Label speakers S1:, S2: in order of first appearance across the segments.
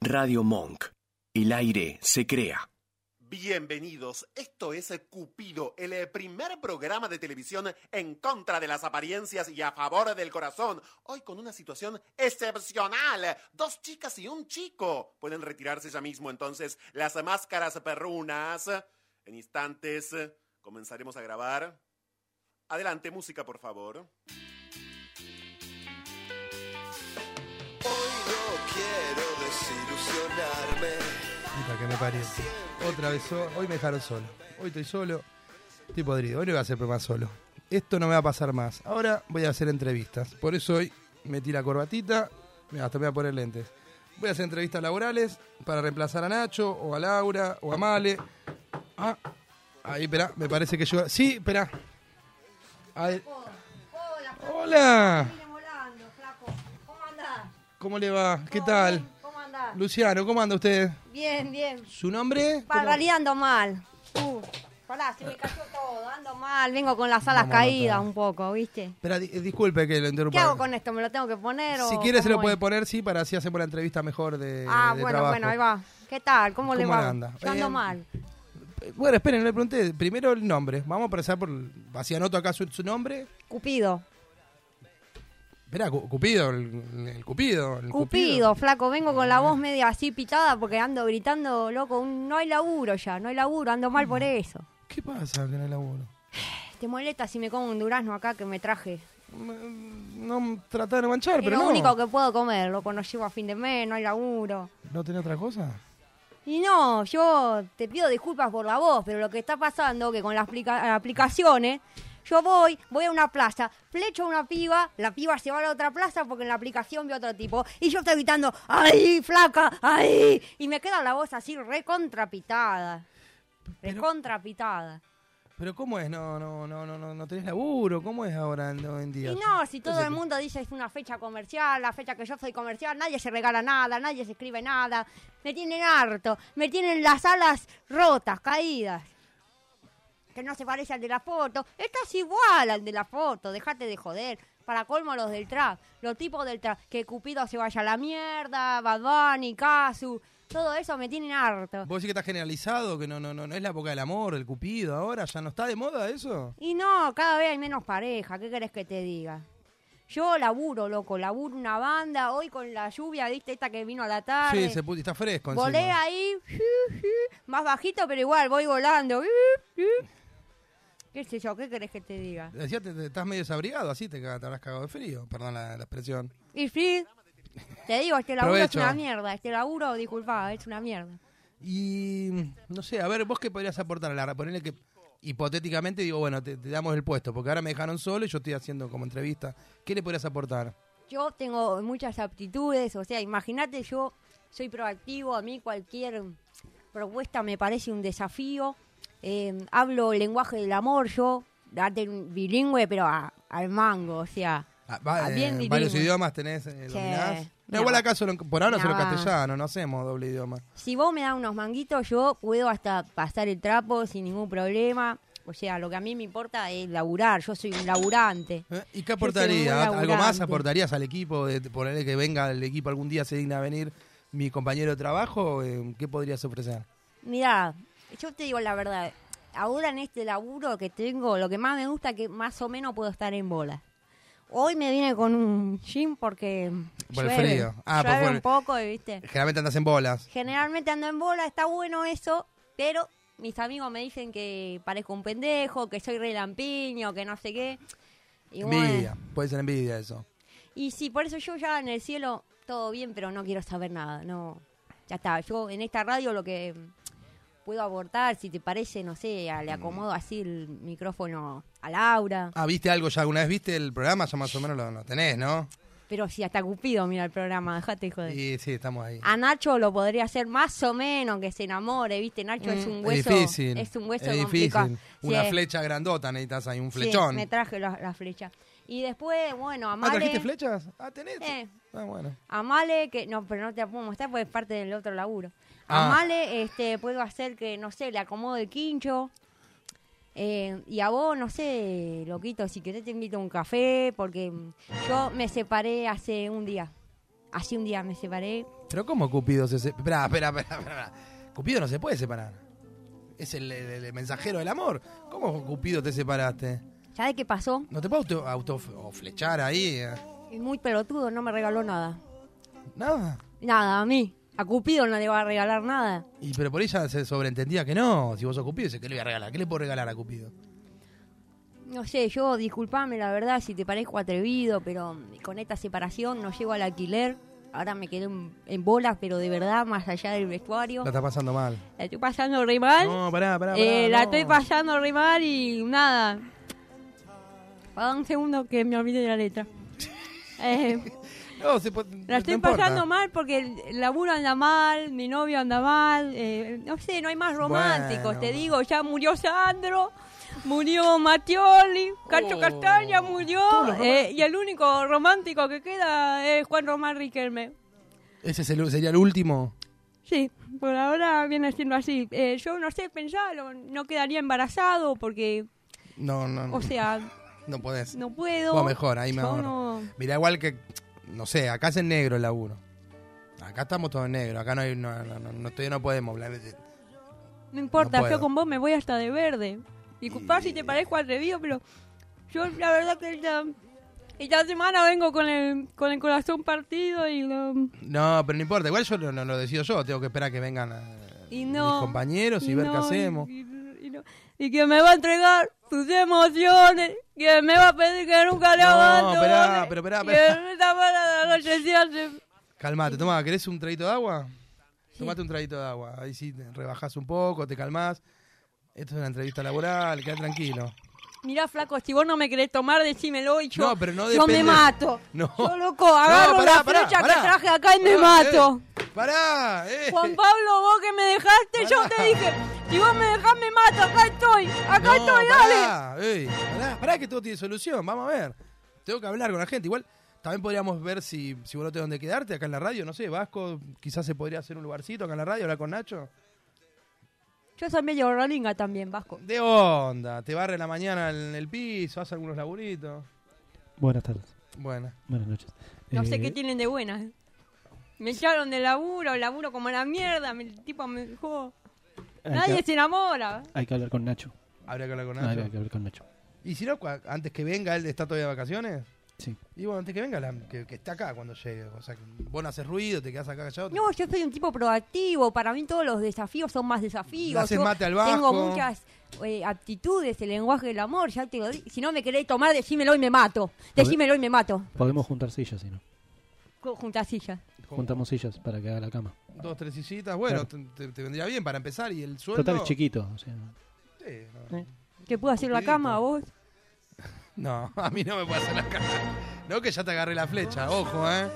S1: Radio Monk. El aire se crea.
S2: Bienvenidos, esto es Cupido, el eh, primer programa de televisión en contra de las apariencias y a favor del corazón. Hoy con una situación excepcional. Dos chicas y un chico. Pueden retirarse ya mismo entonces las máscaras perrunas. En instantes comenzaremos a grabar. Adelante, música, por favor.
S3: Hoy no quiero desilusionarme.
S4: Puta que me parió. Otra vez, so- hoy me dejaron solo. Hoy estoy solo. Estoy podrido. Hoy no voy a hacer programa solo. Esto no me va a pasar más. Ahora voy a hacer entrevistas. Por eso hoy metí la corbatita. Mirá, hasta me voy a poner lentes. Voy a hacer entrevistas laborales para reemplazar a Nacho o a Laura o a Male. Ah, ahí, espera, me parece que llegó. Sí, espera.
S5: Hola, flaco.
S4: Hola.
S5: Vine volando, flaco. ¿Cómo andás?
S4: ¿Cómo le va? ¿Qué
S5: ¿Todo
S4: tal?
S5: bien? ¿Cómo andás?
S4: Luciano, ¿cómo anda usted?
S5: Bien, bien.
S4: ¿Su nombre? ¿Eh? ¿Cómo-
S5: Parvaliando mal. Uh, pará, se me cayó todo. Ando mal, vengo con las alas
S4: Vamos a
S5: caídas
S4: notar.
S5: un poco, ¿viste?
S4: Espera, di- disculpe que lo interrumpa.
S5: ¿Qué hago con esto? ¿Me lo tengo que poner o
S4: Si quiere se lo
S5: cómo
S4: puede
S5: es?
S4: poner, sí, para así hacemos la entrevista mejor de,
S5: Ah,
S4: de
S5: bueno,
S4: trabajo.
S5: bueno, ahí va. ¿Qué tal? ¿Cómo, le
S4: ¿Cómo
S5: va?
S4: anda?
S5: Yo ando
S4: Eh,
S5: mal.
S4: Eh, Bueno, esperen, le pregunté primero el nombre. Vamos a empezar por... Así anoto acá su, su nombre.
S5: Cupido.
S4: Verá, Cupido, el, el Cupido. el
S5: Cupido. flaco. Vengo con la voz media así pitada porque ando gritando, loco. un- no hay laburo ya, no hay laburo. Ando mal por eso.
S4: Mm. ¿Qué pasa que no laburo?
S5: Te molesta si me como un durazno acá que me traje.
S4: No, no tratá de no manchar,
S5: Es
S4: pero
S5: lo
S4: no.
S5: único que puedo comer, loco, no llego a fin de mes, no hay laburo.
S4: ¿No tenía otra cosa?
S5: Y no, yo te pido disculpas por la voz, pero lo que está pasando que con las aplica- aplicaciones, yo voy, voy a una plaza, flecho a una piba, la piba se va a la otra plaza porque en la aplicación ve a otro tipo, y yo estoy gritando, ¡ay, flaca! ¡ay! Y me queda la voz así recontrapitada. Recontrapitada.
S4: Pero ¿cómo es? No, no, no, no, no, no tenés laburo. ¿Cómo es ahora en- hoy en día?
S5: Y no, si todo
S4: Entonces,
S5: el mundo dice es una fecha comercial, la fecha que yo soy comercial, nadie se regala nada, nadie se escribe nada. Me tienen harto, me tienen las alas rotas, caídas. Que no se parece al de la foto. Estás igual al de la foto, dejate de joder. Para colmo los del trap, los tipos del trap, que Cupido se vaya a la mierda, Bad Bunny, Kazu, todo eso me tienen harto.
S4: ¿Vos decís que está generalizado? ¿Que no, no, no, no es la época del amor, el Cupido ahora? ¿Ya no está de moda eso?
S5: Y no, cada vez hay menos pareja, ¿qué querés que te diga? Yo laburo, loco, laburo una banda, hoy con la lluvia, viste, esta que vino a la tarde.
S4: Sí, se puso- está fresco encima.
S5: Volé ahí, más bajito, pero igual, voy volando. ¿Qué sé yo? ¿Qué querés que te diga?
S4: Decía, te, te- estás medio desabrigado, así te, caga- te habrás cagado de frío. Perdón la, la expresión.
S5: Y sí, te digo, este laburo
S4: Provecho.
S5: es una mierda, este laburo, disculpa, es una mierda.
S4: Y no sé, a ver, vos qué podrías aportar a la Ponerle que hipotéticamente digo, bueno, te, te damos el puesto, porque ahora me dejaron solo y yo estoy haciendo como entrevista. ¿Qué le podrías aportar?
S5: Yo tengo muchas aptitudes, o sea, imagínate, yo soy proactivo, a mí cualquier propuesta me parece un desafío. Eh, hablo el lenguaje del amor, yo, date un bilingüe, pero a- al mango, o sea.
S4: Ah, va-
S5: Ah,
S4: eh,
S5: bien bilingüe.
S4: varios idiomas tenés, eh,
S5: Sí,
S4: dominás. No,
S5: mira
S4: igual
S5: vos.
S4: acá solo, por ahora
S5: Mira
S4: solo
S5: vos.
S4: castellano, no hacemos doble idioma.
S5: Si vos me das unos manguitos, yo puedo hasta pasar el trapo sin ningún problema. O sea, lo que a mí me importa es laburar, yo soy un laburante.
S4: ¿Eh? ¿Y qué
S5: soy muy
S4: aportaría? ¿Algo más
S5: laburante.
S4: aportarías al equipo? De, ponerle que venga el equipo algún día, se digna a venir mi compañero de trabajo. eh, ¿Qué podrías ofrecer?
S5: Mirá, yo te digo la verdad. Ahora en este laburo que tengo, lo que más me gusta es que más o menos puedo estar en bola. Hoy me vine con un jean porque
S4: Por el
S5: llueve,
S4: frío. Ah, por-
S5: llueve
S4: por-
S5: un poco, y, ¿viste?
S4: Generalmente andas en bolas.
S5: Generalmente ando en bola, está bueno eso, pero mis amigos me dicen que parezco un pendejo, que soy relampiño, que no sé qué. Y bueno,
S4: Envidia, puede ser envidia eso.
S5: y sí, por eso yo ya en el cielo todo bien, pero no quiero saber nada, no. Ya está, yo en esta radio lo que mm, puedo aportar, si te parece, no sé, a- le acomodo así el micrófono a Laura,
S4: Ah, ¿viste algo ya alguna vez? ¿Viste el programa? Ya más o menos lo, lo tenés, ¿no?
S5: pero si hasta Cupido mira el programa, dejate joder.
S4: Y sí, estamos ahí.
S5: A Nacho lo podría hacer más o menos que se enamore, ¿viste? Nacho es un
S4: Mm,
S5: hueso,
S4: difícil.
S5: es un hueso
S4: es difícil.
S5: complicado.
S4: Una
S5: Sí,
S4: flecha grandota necesitas ahí, un
S5: sí,
S4: flechón.
S5: me traje la, la flecha. Y después, bueno, a
S4: ah, ¿trajiste
S5: Male,
S4: flechas? Ah, tenés.
S5: Eh.
S4: Ah, bueno.
S5: a Male, que no, pero no te la puedo mostrar porque es parte del otro laburo.
S4: Ah.
S5: A Male, este, puedo hacer que, no sé, le acomodo el quincho. Eh, y a vos, no sé, loquito, si querés te invito a un café, porque mm, yo me separé hace un día. Hace un día me separé.
S4: Pero ¿cómo Cupido se separa? Espera, espera, espera, espera. Cupido no se puede separar. Es el, el- el mensajero del amor. ¿Cómo Cupido te separaste?
S6: ¿Sabes qué pasó?
S4: ¿No te puedo auto, auto- o flechar ahí? eh?
S6: Y muy pelotudo, no me regaló nada.
S4: Nada.
S6: Nada, a mí. A Cupido no le va a regalar nada.
S4: Y pero por ella se sobreentendía que no. Si vos sos Cupido, dice, ¿qué le voy a regalar? ¿Qué le puedo regalar a Cupido?
S6: No sé, yo disculpame la verdad si te parezco atrevido, pero mm, con esta separación no llego al alquiler. Ahora me quedo en, en bolas, pero de verdad, más allá del vestuario.
S4: La está pasando mal.
S6: La estoy pasando re mal.
S4: No, pará, pará, pará,
S6: Eh, La
S4: no.
S6: estoy pasando re mal y nada. Para un segundo que me olvide de la letra. Eh,
S4: No, se po- no
S6: la estoy
S4: importa.
S6: pasando mal porque el laburo anda mal, mi novio anda mal. eh, no sé, no hay más románticos.
S4: Bueno.
S6: Te digo, ya murió Sandro, murió Mattioli, Cacho
S4: Oh.
S6: Castaña murió.
S4: Todos los
S6: eh, y el único romántico que queda es Juan Román Riquelme.
S4: Ese es el- sería el último.
S6: Sí, por ahora viene siendo así. Eh, yo no sé, pensalo, no quedaría embarazado porque,
S4: No, no, no.
S6: o sea,
S4: no podés.
S6: no puedo.
S4: Vos mejor, ahí me
S6: Yo
S4: ahorro.
S6: no-
S4: Mira, igual que, no sé, acá es en negro el laburo. Acá estamos todos en negro, acá no hay, no, no, no, no, todavía no podemos hablar. de-
S6: No importa,
S4: No puedo.
S6: yo con vos me voy hasta de verde. Disculpad si te parezco atrevido, pero yo la verdad que esta, esta semana vengo con el, con el corazón partido y no...
S4: No, pero no importa, igual yo no, no lo decido yo, tengo que esperar a que vengan eh,
S6: Y no
S4: mis compañeros y,
S6: y
S4: ver qué
S6: no,
S4: hacemos.
S6: Y, y no- y que me va a entregar sus emociones, que me va a pedir que nunca le
S4: No,
S6: abandone.
S4: esperá, pero esperá,
S6: que
S4: esperá.
S6: esta mala de la noche se hace-
S4: Calmate, toma, ¿querés un traguito de agua? Tomate un traguito de agua, ahí sí te rebajás un poco, te calmás. Esto es una entrevista laboral, queda tranquilo.
S6: Mirá, flaco, si vos no me querés tomar, decímelo y yo,
S4: No, pero no
S6: yo me
S4: depende-
S6: mato.
S4: No.
S6: Yo, loco, agarro
S4: No, pará,
S6: la
S4: pará,
S6: flecha
S4: pará.
S6: que traje acá y me
S4: Pará,
S6: mato.
S4: eh, pará, eh.
S6: Juan Pablo, vos que me dejaste, yo te dije, si vos me dejás, me mato, acá estoy, acá
S4: No,
S6: estoy, dale.
S4: pará, ey, pará, pará que todo tiene solución, vamos a ver. Tengo que hablar con la gente. Igual también podríamos ver si, si vos no tenés dónde quedarte acá en la radio, no sé, Vasco, quizás se podría hacer un lugarcito acá en la radio, hablar con Nacho.
S6: Yo soy medio rolinga también, Vasco.
S4: De onda, te barre la mañana en el piso, hace algunos laburitos.
S7: Buenas tardes,
S4: Bueno,
S7: buenas noches.
S6: No sé
S7: Eh,
S6: qué tienen de buenas. Me echaron de laburo, laburo como la mierda, me- el tipo me dejó.
S7: hay
S6: Nadie
S7: que-
S6: se enamora.
S7: Hay que hablar con Nacho.
S4: habría que hablar con
S7: Ah,
S4: Nacho.
S7: Hay que hablar con Nacho.
S4: Y si no, cua- antes que venga, él está todavía de vacaciones.
S7: Sí.
S4: Y bueno, antes que venga, la- que, que esté acá cuando llegue. O sea, que vos no haces ruido, te quedás acá callado.
S6: No, yo soy un tipo proactivo. Para mí todos los desafíos son más
S4: Le
S6: desafíos.
S4: haces
S6: Yo
S4: mate al
S6: Tengo
S4: Vasco.
S6: muchas eh, aptitudes, el lenguaje del amor, ya te lo di- Si no me querés tomar, decímelo y me mato. Decímelo y me mato.
S7: Podemos juntar sillas, si no.
S6: Juntas sillas.
S4: Con
S7: Juntamos sillas para que haga la cama.
S4: Dos, tres sillitas, bueno, te, te vendría bien para empezar. Y el sueldo.
S7: Total es chiquito. o sea,
S4: Sí, no.
S6: ¿Te puedo hacer la
S4: Cupidito.
S6: cama a vos?
S4: No, a mí no me puede hacer la cara. No, que ya te agarré la flecha, ojo, ¿eh?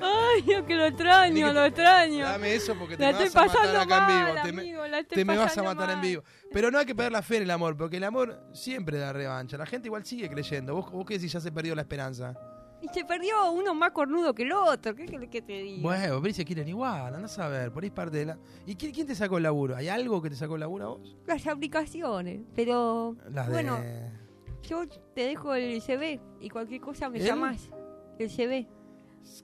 S6: Ay, yo que lo
S4: Ni que
S6: extraño,
S4: te-
S6: lo extraño.
S4: Dame eso porque te
S6: La
S4: me vas
S6: estoy
S4: a matar
S6: pasando
S4: acá en vivo.
S6: mal,
S4: te me,
S6: amigo, la estoy
S4: te me vas a
S6: pasando
S4: matar en
S6: mal.
S4: vivo. Pero no hay que perder la fe en el amor, porque el amor siempre da revancha. La gente igual sigue creyendo. ¿Vos, vos qué decís? Ya se perdió la esperanza.
S6: Y se perdió uno más cornudo que el otro. ¿Qué querés que te diga?
S4: Bueno, pero se quieren igual, andás a ver, por ahí es parte de la... ¿Y quién, quién te sacó el laburo? ¿Hay algo que te sacó el laburo a vos?
S6: Las aplicaciones. Pero
S4: Las
S6: bueno,
S4: de...
S6: yo te dejo el CV y cualquier cosa me
S4: ¿El?
S6: llamás. El CV.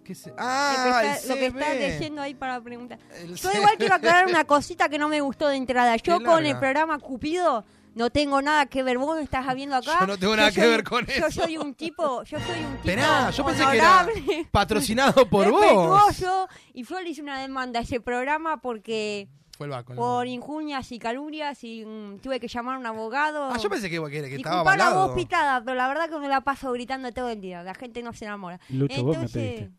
S4: ¿Qué ¿Eh? se...
S6: lo,
S4: ¡Ah!
S6: que está- lo que
S4: el
S6: estás
S4: CV.
S6: leyendo ahí para preguntar.
S4: El
S6: Yo
S4: CV.
S6: igual quiero aclarar una cosita que no me gustó de entrada. Yo
S4: Qué
S6: con
S4: larga.
S6: el programa Cupido no tengo nada que ver. Vos me estás viendo acá.
S4: Yo no tengo nada que
S6: soy-
S4: ver con eso.
S6: Yo soy un tipo, yo soy un tipo
S4: Esperá, yo pensé que era
S6: honorable.
S4: patrocinado por vos.
S6: respetuoso, Y yo le hice una demanda a ese programa porque
S4: Fue el Vasco. el
S6: por injurias y calumnias y mm, tuve que llamar a un abogado.
S4: Ah, yo pensé que, que, que estaba
S6: Disculpa la voz
S4: balado.
S6: pitada, pero la verdad que me la paso gritando todo el día. La gente no se enamora.
S7: Lucho, vos me
S6: Entonces,
S7: pediste.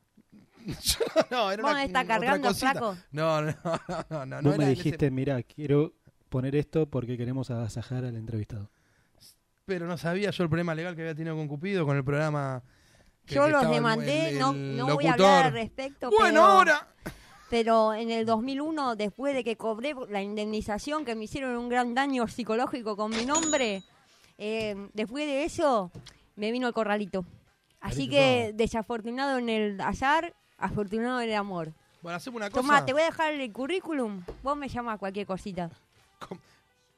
S4: no, era
S6: Vos
S4: una,
S6: me está
S4: otra
S6: cargando,
S4: cosita.
S6: flaco.
S4: No, no, no, no, Ah, no,
S7: Vos
S4: era
S7: me
S4: en
S7: dijiste,
S4: ese-
S7: mira, quiero poner esto porque queremos agasajar al entrevistado.
S4: pero no sabía yo el problema legal que había tenido con Cupido con el programa. que-
S6: yo
S4: que
S6: los
S4: estaba el-
S6: demandé,
S4: el-
S6: no,
S4: el
S6: no voy a
S4: locutor.
S6: hablar al respecto.
S4: Bueno,
S6: pero,
S4: ahora.
S6: pero en el 2001, después de que cobré la indemnización que me hicieron un gran daño psicológico con mi nombre, eh, después de eso me vino el corralito. Así
S4: Corralito
S6: que desafortunado en el azar, afortunado en el amor.
S4: Bueno, hacemos una cosa.
S6: Tomá, te voy a dejar el currículum. Vos me llamás cualquier cosita.
S4: con,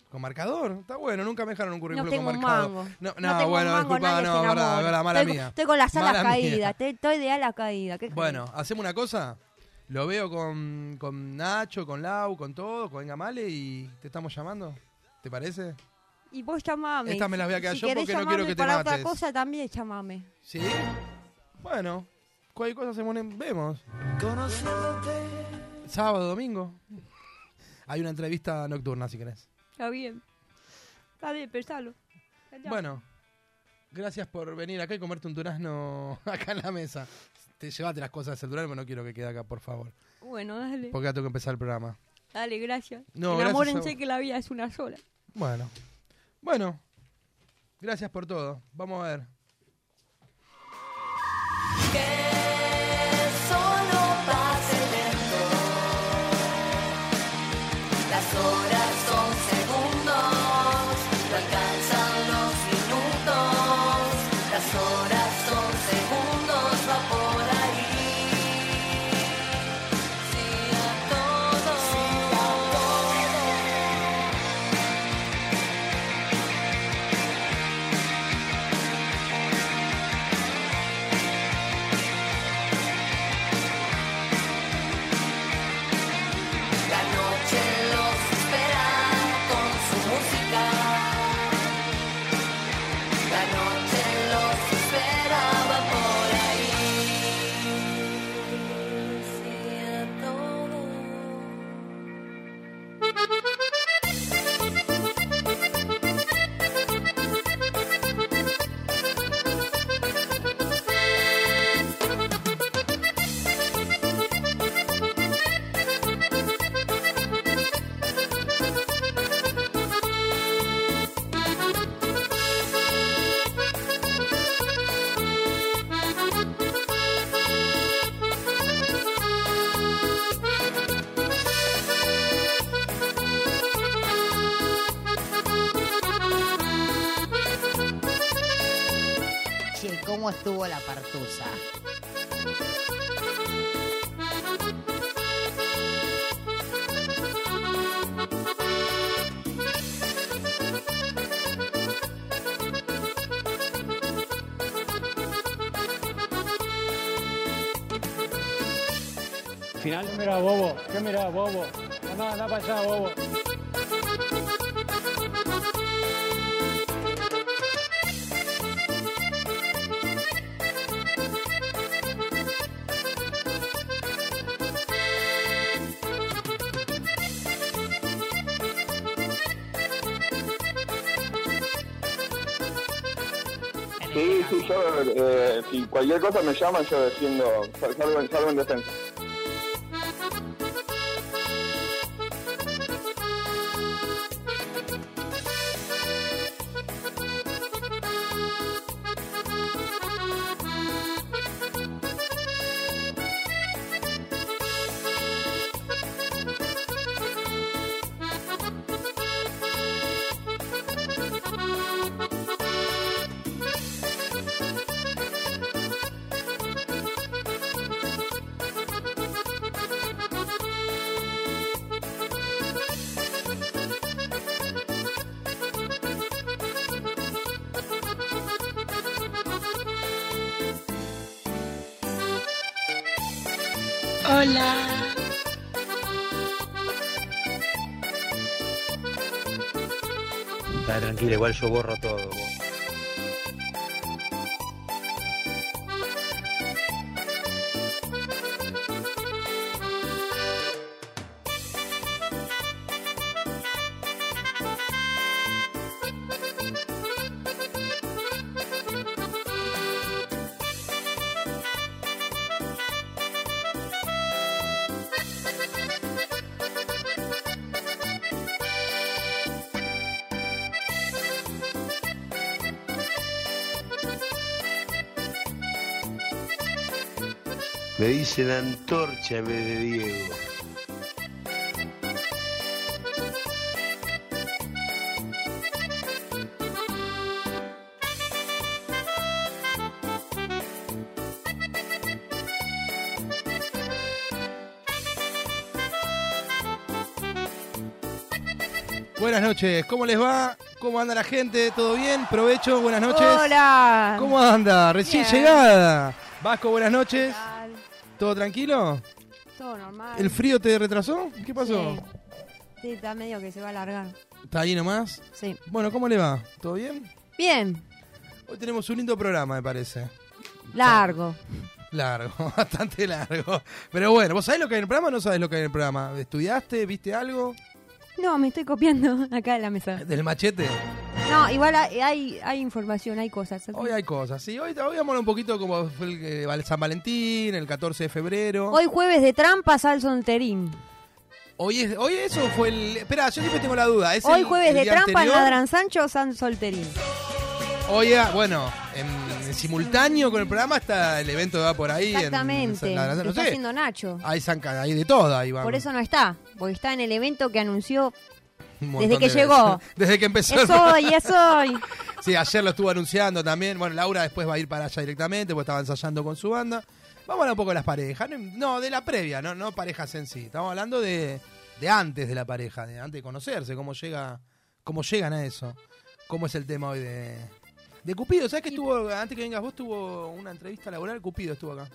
S4: con marcador. Está bueno, nunca me dejaron un currículum
S6: No tengo
S4: con
S6: un
S4: marcador.
S6: mango.
S4: No,
S6: No
S4: no,
S6: tengo un
S4: bueno,
S6: mango,
S4: disculpa,
S6: nadie se
S4: no, verdad,
S6: enamora.
S4: verdad, mala
S6: estoy, con-
S4: mía.
S6: Estoy con las alas
S4: Mala mía.
S6: caídas, te- estoy de alas caídas. ¿qué
S4: Bueno,
S6: querés?
S4: hacemos una cosa. Lo veo con, con Nacho, con Lau, con todo, con Gamale y te estamos llamando. ¿Te parece?
S6: Y vos llamame.
S4: Estas me las voy a quedar
S6: si
S4: yo
S6: querés
S4: porque no
S6: llamarme
S4: quiero que te
S6: para
S4: mates.
S6: otra cosa también llamame.
S4: ¿Sí? Bueno, cualquier cosa hacemos en- vemos. Sábado, domingo. Hay una entrevista nocturna, si querés.
S6: Está bien. Está bien, pensalo.
S4: Bueno, gracias por venir acá y comerte un durazno acá en la mesa. Te llevate las cosas del durazno, pero no quiero que quede acá, por favor.
S6: Bueno, dale.
S4: Porque ya tengo que empezar el programa.
S6: Dale, gracias.
S4: No, gracias
S6: Enamórense
S4: a vos.
S6: que la vida es una sola.
S4: Bueno. Bueno. Gracias por todo. Vamos a ver.
S8: Solo pase lento. Las horas son segundos, no alcanzan los minutos. Las horas son segundos, va por ahí. Sí a todo, sí a todo. La noche los espera con su música. La noche los espera, va por ahí. Sí a todo.
S9: Che, ¿cómo estuvo la partusa?
S10: Final. Mira, bobo. ¿Qué mira, bobo? Anda, anda para allá, bobo.
S11: Sí, sí, yo, eh, si cualquier cosa me llaman, yo defiendo, sal- salgo, en- salgo en defensa.
S8: Hola.
S3: Está tranquilo, igual yo borro todo. Me dice la antorcha en vez de Diego.
S4: Buenas noches. ¿Cómo les va? ¿Cómo anda la gente? ¿Todo bien? ¿Provecho? Buenas noches.
S6: Hola.
S4: ¿Cómo anda? Recién
S6: Ah. Bien.
S4: llegada. Vasco, buenas noches. ¿Todo tranquilo?
S5: Todo normal.
S4: ¿El frío te retrasó? ¿Qué pasó?
S5: Sí. Sí, está medio que se va a alargar.
S4: ¿Está ahí nomás?
S5: Sí.
S4: Bueno, ¿cómo le va? ¿Todo bien?
S5: Bien,
S4: Hoy tenemos un lindo programa, me parece.
S5: largo.
S4: Largo, bastante largo. Pero bueno, ¿vos sabés lo que hay en el programa o no sabés lo que hay en el programa? ¿Estudiaste? ¿Viste algo?
S5: No, me estoy copiando acá de la mesa.
S4: ¿Del machete?
S5: No, igual hay, hay, hay información, hay cosas.
S4: Hoy hay cosas, sí. Hoy, hoy vamos a hablar un poquito como fue el, eh, el San Valentín, el 14 de febrero.
S5: Hoy jueves de trampas al solterín.
S4: Hoy es, hoy eso fue el. Espera, yo siempre tengo la duda. Ah, ¿es
S5: Hoy
S4: el-
S5: jueves
S4: el
S5: de
S4: día
S5: trampa en
S4: anterior?
S5: Ladran Sancho, San Solterín.
S4: Hoy, ah, bueno, en, en simultáneo con el programa está el evento que va por ahí. en-
S5: Exactamente.
S4: en San-
S5: Lo
S4: no
S5: está
S4: sé.
S5: haciendo Nacho.
S4: Hay, zanca- hay de todo ahí, vamos.
S5: Por eso no está, porque está en el evento que anunció
S4: Un
S5: desde
S4: montón
S5: que
S4: de
S5: llegó.
S4: veces. Desde que empezó. el
S5: Es hoy, es hoy.
S4: Sí, ayer lo estuvo anunciando también. Bueno, Laura después va a ir para allá directamente, porque estaba ensayando con su banda. Vamos a hablar un poco de las parejas. No, No, de la previa, no, no parejas en sí. Estamos hablando de, de antes de la pareja, de antes de conocerse, cómo llega, cómo llegan a eso. ¿Cómo es el tema hoy de, de Cupido? ¿Sabes que estuvo, antes que vengas vos, tuvo una entrevista laboral? Cupido estuvo acá.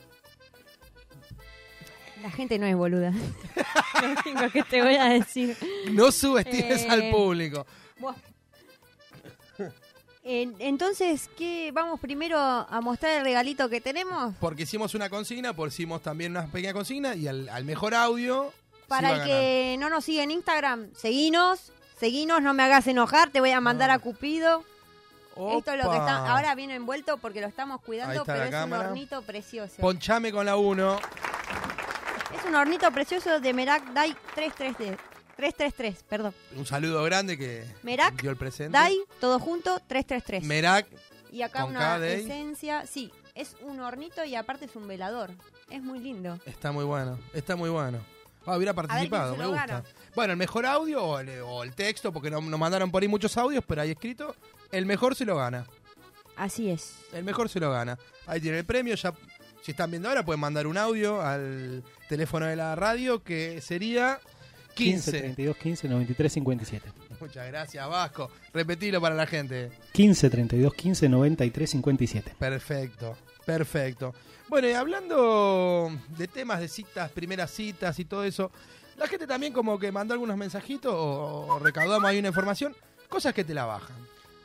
S5: La gente no es boluda. Lo único que te voy a decir.
S4: No subestimes
S5: Eh,
S4: al público.
S5: buah. En- Entonces, ¿qué? ¿Vamos primero a mostrar el regalito que tenemos?
S4: Porque hicimos una consigna, por hicimos también una pequeña consigna y al, al mejor audio. se
S5: Para
S4: iba
S5: el
S4: a ganar.
S5: que no nos sigue en Instagram, seguinos, seguinos, no me hagas enojar, te voy a mandar a Cupido. Esto es lo que está.
S4: Opa.
S5: Ahora viene envuelto porque lo estamos
S4: Ahí
S5: cuidando,
S4: está
S5: pero
S4: la
S5: es un
S4: cámara.
S5: hornito precioso.
S4: Ponchame con la 1.
S5: es un hornito precioso de Merak Dai 333. 333, perdón.
S4: Un saludo grande que
S5: Merak
S4: dio el presente.
S5: Dai, todo junto, 333.
S4: Merak,
S5: y acá
S4: con
S5: una
S4: K, Dai.
S5: esencia. Sí, es un hornito y aparte es un velador. Es muy lindo.
S4: está muy bueno, está muy bueno. Ah, hubiera
S5: quién se
S4: participado, me
S5: lo
S4: gusta.
S5: gana.
S4: Bueno, el mejor audio o el, o el texto, porque no- nos mandaron por ahí muchos audios, pero ahí escrito, el mejor se lo gana.
S5: Así es.
S4: El mejor se lo gana. Ahí tiene el premio, ya si están viendo ahora pueden mandar un audio al teléfono de la radio que sería 15.
S7: 32 15 93 57.
S4: Muchas gracias, Vasco. Repetilo para la gente.
S7: 15 32 15 93 57.
S4: Perfecto, perfecto. Bueno, y hablando de temas de citas, primeras citas y todo eso, la gente también como que mandó algunos mensajitos o, o recaudamos ahí una información, cosas que te la bajan.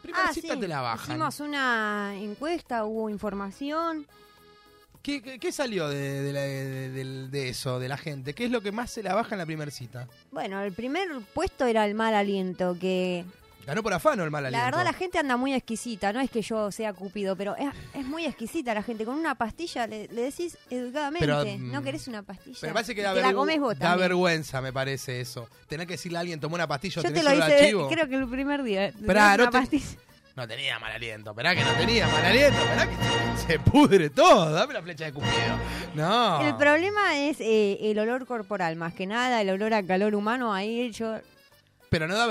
S4: Primera
S5: Ah,
S4: cita
S5: sí,
S4: te la bajan.
S5: Hicimos una encuesta, hubo información.
S4: ¿Qué, qué- qué salió de, de la- de- de- de eso, de la gente? ¿Qué es lo que más se la baja en la primera cita?
S5: Bueno, el primer puesto era el mal aliento, que
S4: ¿Ganó por afán o el mal aliento?
S5: la verdad la gente anda muy exquisita, no es que yo sea cupido, pero es, es muy exquisita la gente. Con una pastilla le, le decís educadamente,
S4: Pero, mm,
S5: no querés una pastilla.
S4: Pero me parece que
S5: Y
S4: da,
S5: te la
S4: vergu-
S5: comes vos
S4: da
S5: también.
S4: vergüenza, me parece eso. Tener que decirle a alguien, tomó una pastilla,
S5: Yo
S4: o
S5: te
S4: tenés
S5: lo
S4: olor a
S5: hice,
S4: chivo.
S5: creo que el primer día.
S4: Esperá,
S5: Tenés
S4: no
S5: una
S4: te-
S5: pastilla.
S4: No tenía mal aliento, esperá que no tenía mal aliento, esperá que se- se pudre todo, dame la flecha de Cupido. No.
S5: El problema es eh, el olor corporal, más que nada, el olor a calor humano, ahí yo...
S4: Pero no da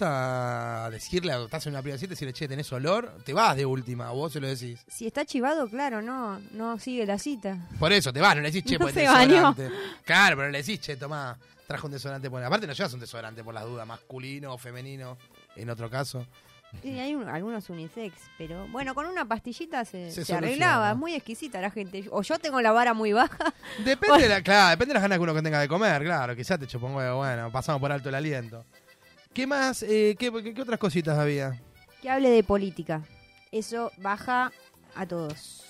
S4: vergüenza decirle, a- estás en una primera cita y decirle, che, tenés olor, te vas de última, o vos se lo decís.
S5: Si está chivado, claro, no, no sigue la cita.
S4: Por eso, te vas, no le decís, che,
S5: No
S4: pues
S5: se bañó.
S4: desodorante. Claro, pero no le decís, che, tomá, trajo un desodorante. Bueno, aparte no llevas un desodorante por las dudas, masculino o femenino, en otro caso.
S5: Sí, hay un- algunos unisex, pero bueno, con una pastillita se,
S4: Se
S5: se
S4: soluciona.
S5: arreglaba. Es muy exquisita la gente. O yo tengo la vara muy baja.
S4: Depende, de la, claro, depende de las ganas que uno que tenga de comer, claro. Quizás te chupó un huevo, bueno, pasamos por alto el aliento. ¿Qué más? eh, qué- qué- ¿Qué otras cositas había?
S5: Que hable de política. Eso baja a todos.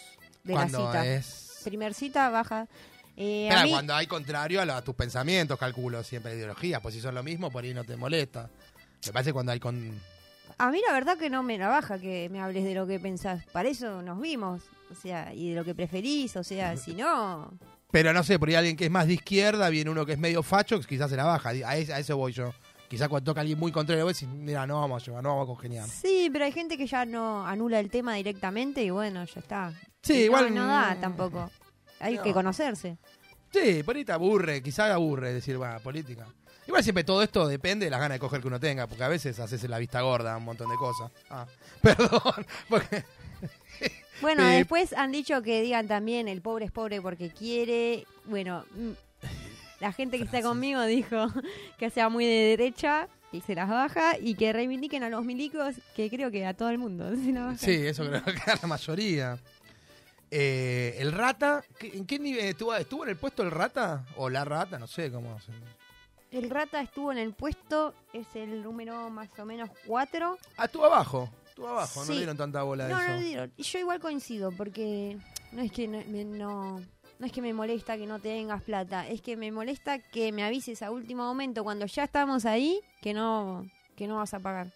S5: De la
S4: Cuando
S5: cita.
S4: es-
S5: Primer cita baja. Eh, a
S4: Claro,
S5: mí-
S4: cuando hay contrario a, lo- a tus pensamientos, calculo siempre ideologías, pues si son lo mismo, por ahí no te molesta. Me parece cuando hay con.
S5: A mí la verdad que no me la baja que me hables de lo que pensás. Para eso nos vimos. O sea, y de lo que preferís. O sea, si no...
S4: Pero no sé, por ahí alguien que es más de izquierda, viene uno que es medio facho, que quizás se la baja. A, es- a eso voy yo. Quizás cuando toca alguien muy contrario, vos decís, mira, no vamos a llevar, no vamos a congeniar.
S5: Sí, pero hay gente que ya no anula el tema directamente y bueno, ya está.
S4: Sí,
S5: Y no,
S4: igual-
S5: No da tampoco. Hay que conocerse.
S4: Sí, por ahí te aburre, quizás aburre decir, va, política. Igual siempre todo esto depende de las ganas de coger que uno tenga, porque a veces haces la vista gorda a un montón de cosas. Ah, perdón, porque
S5: Bueno,
S4: Eh,
S5: después han dicho que digan también el pobre es pobre porque quiere. Bueno, mm, la gente que está conmigo dijo que sea muy de derecha y se las baja y que reivindiquen a los milicos, que creo que a todo el mundo se las baja.
S4: Sí, eso creo que a la mayoría. Eh, el rata, ¿qué- ¿en qué nivel estuvo, estuvo en el puesto el rata? O la rata, no sé cómo. se-
S5: El rata estuvo en el puesto, es el número más o menos 4.
S4: Ah, estuvo abajo, estuvo abajo, no
S5: Sí.
S4: le dieron tanta bola a
S5: No,
S4: eso.
S5: no, no, yo igual coincido, porque no es que no, me, no- no es que me molesta que no tengas plata, es que me molesta que me avises a último momento cuando ya estamos ahí que no que no vas a pagar.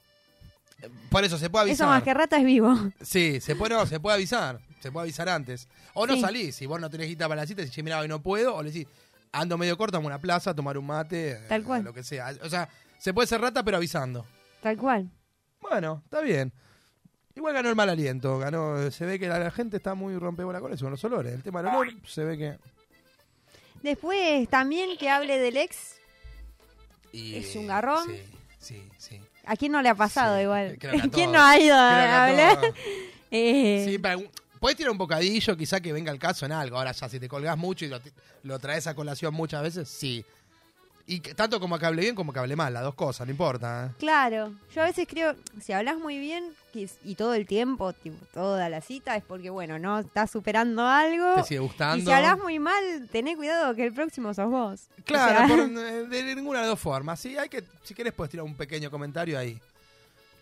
S4: Por eso se puede Eh, avisar.
S5: Eso más que rata es vivo.
S4: Sí, se puede, no, se puede avisar, se puede avisar antes. O no
S5: Sí.
S4: salís, si vos no tenés guita para la cita, decís, "Che, mirá, hoy no puedo, o le decís, ando medio corto, vamos a una plaza, a tomar un mate,
S5: Tal
S4: eh,
S5: cual.
S4: lo que sea. O sea, se puede ser rata, pero avisando.
S5: Tal cual.
S4: Bueno, está bien. Igual ganó el mal aliento, ganó, se ve que la, la gente está muy rompebola con eso, con los olores. El tema del olor, se ve que...
S5: Después también que hable del ex,
S4: y-
S5: es un garrón.
S4: Sí, sí, sí.
S5: ¿A quién no le ha pasado igual?
S4: creo que a
S5: ¿Quién
S4: todos.
S5: no ha
S4: Creo que
S5: ido
S4: a
S5: a hablar?
S4: todos.
S5: Eh,
S4: Sí, pero podés tirar un bocadillo, quizá que venga el caso en algo. Ahora ya, si te colgás mucho y lo, ti- lo traes a colación muchas veces, sí. Y que- tanto como que hable bien como que hable mal, las dos cosas, no importa. ¿eh?
S5: Claro, yo a veces creo, si hablas muy bien que es- y todo el tiempo, tipo, toda la cita, es porque, bueno, no estás superando algo.
S4: Te sigue gustando.
S5: Y si hablas muy mal, tené cuidado que el próximo sos vos. O
S4: Claro,
S5: sea,
S4: por- eh, de ninguna de las dos formas. Sí, hay que, si querés, puedes tirar un pequeño comentario ahí.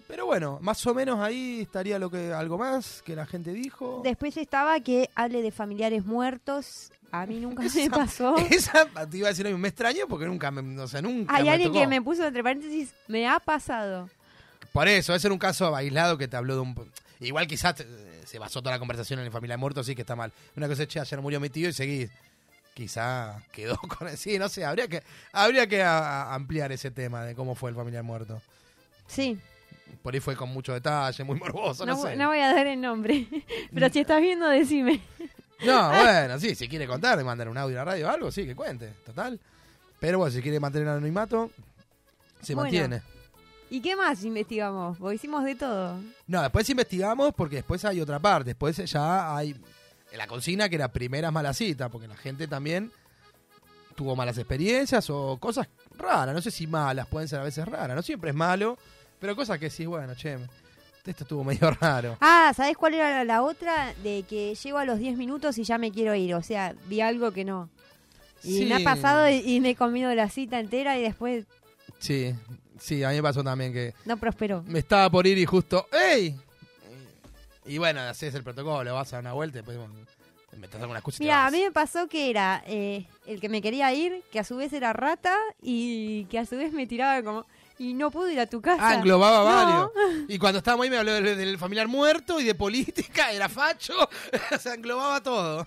S4: Pero bueno, más o menos ahí estaría lo que algo más que la gente dijo.
S5: Después estaba que hable de familiares muertos. A mí nunca me pasó.
S4: Esa te iba a decir, me extraño porque nunca me, o sea, nunca
S5: Hay
S4: me
S5: alguien que
S4: tocó.
S5: me puso entre paréntesis, me ha pasado.
S4: Por eso, ese era un caso aislado que te habló de un... Igual quizás eh, se basó toda la conversación en la familia de muertos, sí que está mal. Una cosa es, che, ayer murió mi tío y seguís. Quizá quedó con... Sí, no sé, habría que, habría que a- a- ampliar ese tema de cómo fue el familiar muerto.
S5: Sí,
S4: Por ahí fue con mucho detalle, muy morboso, no,
S5: no,
S4: sé.
S5: no voy a dar el nombre. Pero si estás viendo, decime.
S4: No, bueno, sí, si quiere contar, de mandar un audio a la radio o algo, sí, que cuente, total. Pero bueno, si quiere mantener el anonimato, se
S5: Bueno.
S4: mantiene.
S5: ¿Y qué más investigamos? Porque hicimos de todo.
S4: No, después investigamos porque después hay otra parte. Después ya hay la consigna que era primeras malas citas, porque la gente también tuvo malas experiencias o cosas raras. No sé si malas, pueden ser a veces raras. No siempre es malo, pero cosas que sí, bueno, che, esto estuvo medio raro.
S5: Ah, ¿sabés cuál era la- la otra? De que llego a los 10 minutos y ya me quiero ir. O sea, vi algo que no. Y me
S4: Sí.
S5: ha pasado y, y me he comido la cita entera y después
S4: Sí, sí, a mí me pasó también que
S5: no prosperó.
S4: me estaba por ir y justo, ¡ey! Y bueno, haces el protocolo, vas a dar una vuelta y después bueno, metes alguna excusa. y te
S5: Mira, a
S4: vas.
S5: mí me pasó que era eh, el que me quería ir, que a su vez era rata y que a su vez me tiraba como... Y no pude ir a tu casa.
S4: Ah, englobaba
S5: No.
S4: varios. Y cuando estábamos ahí me habló del, del familiar muerto y de política, era facho, o sea, englobaba todo.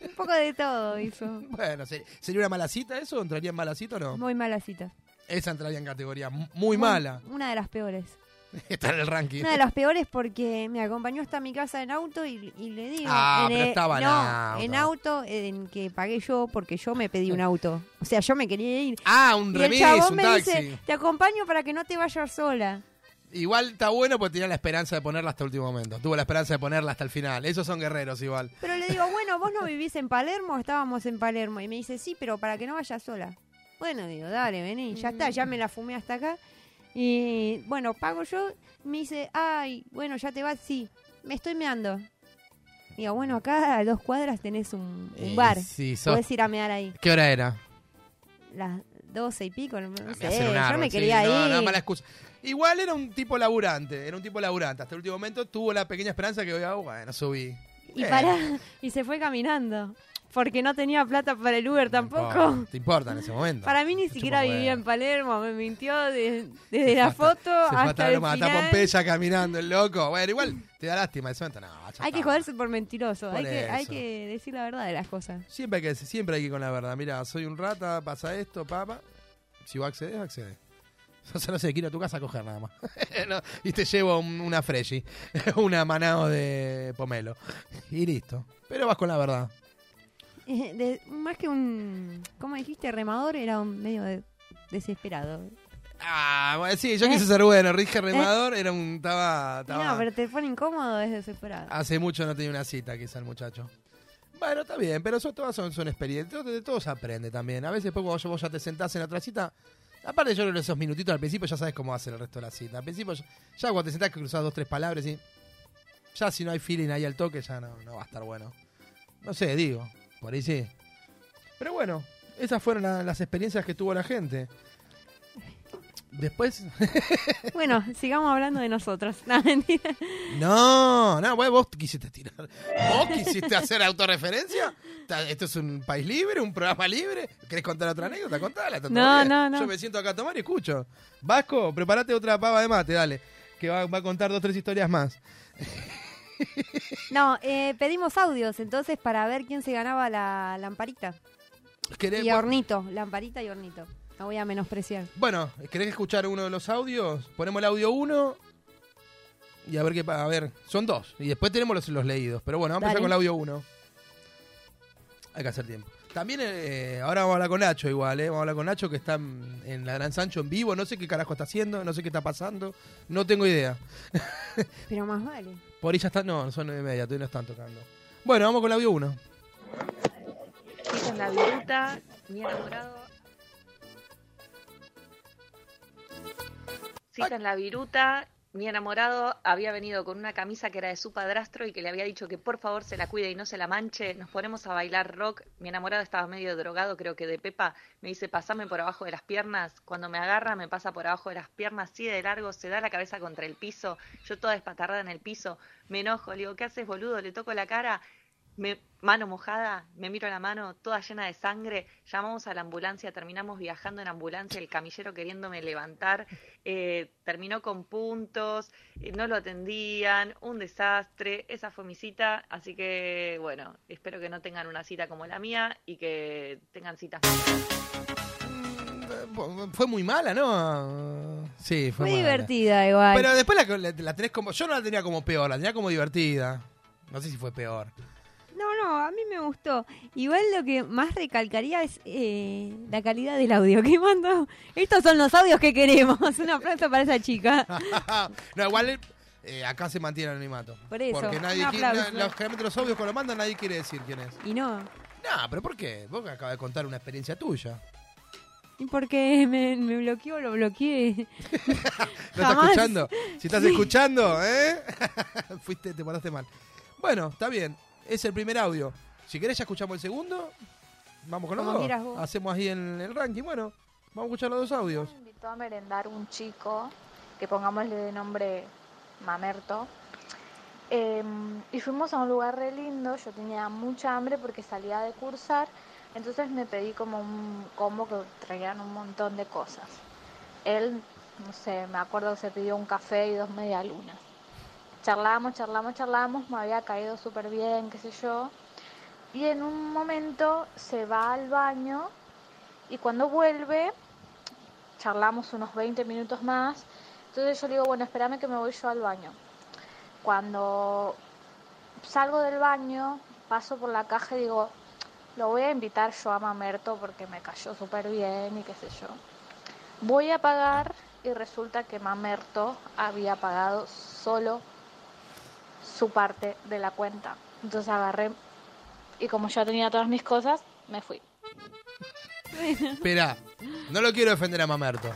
S5: Un poco de todo hizo.
S4: Bueno, ¿ser- ¿sería una mala cita eso? ¿Entraría en mala cita o no?
S5: Muy mala cita.
S4: Esa entraría en categoría mu- muy mala.
S5: Una de las peores.
S4: Está en el ranking.
S5: Una de las peores porque me acompañó hasta mi casa en auto y, y le digo.
S4: Ah,
S5: en
S4: pero
S5: el-
S4: estaba en
S5: no,
S4: auto.
S5: en auto en que pagué yo porque yo me pedí un auto. O sea, yo me quería ir.
S4: Ah, un
S5: Y el
S4: remis,
S5: chabón
S4: un
S5: me
S4: taxi.
S5: dice, te acompaño para que no te vayas sola.
S4: Igual está bueno porque tenía la esperanza de ponerla hasta el último momento. Tuvo la esperanza de ponerla hasta el final. Esos son guerreros igual.
S5: Pero le digo, bueno, vos no vivís en Palermo, estábamos en Palermo. Y me dice, sí, pero para que no vayas sola. Bueno, digo, dale, vení, ya está, ya me la fumé hasta acá. Y bueno, pago yo. Me dice, ay, bueno, ya te vas, sí, me estoy meando. Digo, bueno, acá a dos cuadras tenés un, un
S4: Y
S5: bar.
S4: Eh, sí, sos-
S5: Podés ir a mear ahí.
S4: ¿Qué hora era?
S5: Las doce y pico, no, no
S4: Me hacen
S5: sé,
S4: un
S5: yo
S4: árbol,
S5: me
S4: sí,
S5: quería
S4: no,
S5: ir.
S4: no, mala excusa. Igual era un tipo laburante, era un tipo laburante. Hasta el último momento tuvo la pequeña esperanza que, ah, bueno, subí.
S5: y
S4: Eh,
S5: pará, y se fue caminando. Porque no tenía plata para el Uber tampoco.
S4: Te importa en ese momento.
S5: Para mí ni
S4: Te
S5: siquiera
S4: chupa un
S5: vivía
S4: huevo.
S5: en Palermo, me mintió de- desde
S4: Se
S5: la
S4: fue hasta-
S5: foto
S4: se fue
S5: hasta el
S4: Roma, hasta
S5: final.
S4: Pompeya caminando el loco. Bueno, igual te da lástima ese momento. No, ya
S5: Hay que
S4: está.
S5: joderse por mentiroso,
S4: Por
S5: hay que, hay
S4: eso.
S5: que decir la verdad de las cosas.
S4: Siempre hay que siempre hay que ir con la verdad. Mira, soy un rata, pasa esto, papa. Si vos accedes, accedes. O sea, no sé, quiero a tu casa a coger nada más. No, y te llevo un- una Freshy, una manao de pomelo. Y listo. Pero vas con la verdad.
S5: Eh, de- más que un, ¿cómo dijiste? Remador era un medio de- desesperado.
S4: Ah, bueno, sí, yo
S5: Eh.
S4: quise ser bueno. Rige Remador era un. Estaba. estaba-
S5: No, pero te pone incómodo, es desesperado.
S4: Hace mucho no tenía una cita, quizá el muchacho. Bueno, está bien, pero eso todas son, son experiencias. De todo se aprende también. A veces, pues, cuando vos ya te sentás en otra cita. Aparte, yo creo que esos minutitos al principio ya sabes cómo va a ser el resto de la cita. Al principio, ya, ya cuando te sentás que cruzás dos, tres palabras y. Ya si no hay feeling ahí al toque, ya no, no va a estar bueno. No sé, digo. Por ahí sí. Pero bueno, esas fueron la- las experiencias que tuvo la gente. Después.
S5: Bueno, sigamos hablando de nosotros. No, mentira.
S4: no, no, vos, vos quisiste tirar. ¿Vos quisiste hacer autorreferencia? Ta- ¿Esto es un país libre? ¿Un programa libre? ¿Querés contar otra anécdota? Contala. está todo
S5: No,
S4: bien.
S5: no, no.
S4: Yo me siento acá a tomar y escucho. Vasco, prepárate otra pava de mate, dale. Que va, va a contar dos, tres historias más.
S5: No, eh, pedimos audios entonces para ver quién se ganaba la lamparita.
S4: ¿Querés-
S5: Y a hornito, lamparita y hornito. No voy a menospreciar.
S4: Bueno, ¿querés escuchar uno de los audios? Ponemos el audio 1 y a ver qué pasa. A ver, son dos. Y después tenemos los, los leídos. Pero bueno, vamos a empezar
S1: Dale.
S4: con el audio 1. Hay que hacer tiempo. También eh, ahora vamos a hablar con Nacho igual, ¿eh? Vamos a hablar con Nacho que está en en la Gran Sancho en vivo. No sé qué carajo está haciendo, no sé qué está pasando. No tengo idea.
S5: Pero más vale.
S4: Por ahí ya está... No, son nueve y media, todavía no están tocando. Bueno, vamos con el audio 1.
S12: Esta es la viruta, mi enamorado. Cita en la viruta, mi enamorado había venido con una camisa que era de su padrastro y que le había dicho que por favor se la cuide y no se la manche. Nos ponemos a bailar rock. Mi enamorado estaba medio drogado, creo que de Pepa. Me dice, pasame por abajo de las piernas. Cuando me agarra, me pasa por abajo de las piernas, así de largo, se da la cabeza contra el piso. Yo toda espatarrada en el piso. Me enojo, le digo, ¿qué haces, boludo? Le toco la cara. Me, mano mojada, me miro la mano toda llena de sangre, llamamos a la ambulancia, terminamos viajando en ambulancia, el camillero queriéndome levantar, eh, terminó con puntos, eh, no lo atendían, un desastre, esa fue mi cita, así que bueno, espero que no tengan una cita como la mía y que tengan citas.
S4: Eh, Fue muy mala, ¿no? Sí, fue
S5: Fue
S4: mala.
S5: divertida igual.
S4: Pero después la, la- la tenés como. Yo no la tenía como peor, la tenía como divertida. No sé si fue peor.
S5: No, no, a mí me gustó. Igual lo que más recalcaría es eh, la calidad del audio que mandó. Estos son los audios que queremos. Un aplauso para esa chica.
S4: Ah, No, igual eh, acá se mantiene el animato.
S5: Por eso,
S4: Porque nadie
S5: un
S4: quiere.
S5: aplauso.
S4: na- los, generalmente los obvios cuando lo mandan nadie quiere decir quién es.
S5: Y no.
S4: Nah, pero ¿por qué? Vos acabas de contar una experiencia tuya.
S5: Y porque me, me bloqueó, lo bloqueé.
S4: ¿No estás
S5: Jamás.
S4: escuchando? Si estás
S5: Sí.
S4: escuchando, ¿eh? Fuiste, te paraste mal. Bueno, está bien. Es el primer audio. Si querés, ya escuchamos el segundo. Vamos con los
S13: Como
S4: dos.
S13: quieras vos.
S4: Hacemos ahí el, el ranking. Bueno, vamos a escuchar los dos audios.
S13: invitó a merendar un chico, que pongámosle de nombre Mamerto. Eh, y fuimos a un lugar re lindo, yo tenía mucha hambre porque salía de cursar, entonces me pedí como un combo que traían un montón de cosas. Él, no sé, me acuerdo que se pidió un café y dos medialunas. Charlamos, charlamos, charlamos, me había caído súper bien, qué sé yo. Y en un momento se va al baño y cuando vuelve charlamos unos 20 minutos más. Entonces yo le digo, bueno, espérame que me voy yo al baño. Cuando salgo del baño, paso por la caja y digo, lo voy a invitar yo a Mamerto porque me cayó súper bien y qué sé yo. Voy a pagar y resulta que Mamerto había pagado solo su parte de la cuenta. Entonces agarré y como ya tenía todas mis cosas, me fui.
S4: Esperá, no lo quiero defender a Mamerto.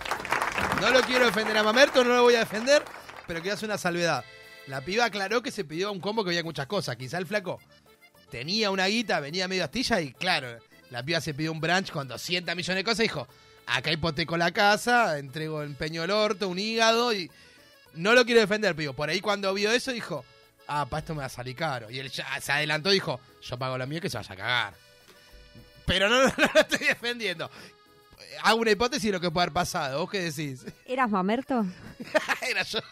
S4: No lo quiero defender a Mamerto, no lo voy a defender, pero quiero hacer una salvedad. La piba aclaró que se pidió un combo que había muchas cosas. Quizá el flaco tenía una guita, venía medio astilla y claro, la piba se pidió un brunch con 200 millones de cosas y dijo, acá hipoteco la casa, entrego empeño el orto, un hígado y no lo quiero defender, pero digo, por ahí cuando vio eso dijo, ah, para esto me va a salir caro. Y él ya se adelantó y dijo, yo pago lo mío que se vaya a cagar. Pero no, no, no lo estoy defendiendo. Eh, Hago una hipótesis de lo que puede haber pasado. ¿Vos qué decís?
S5: ¿Eras mamerto?
S4: Era yo.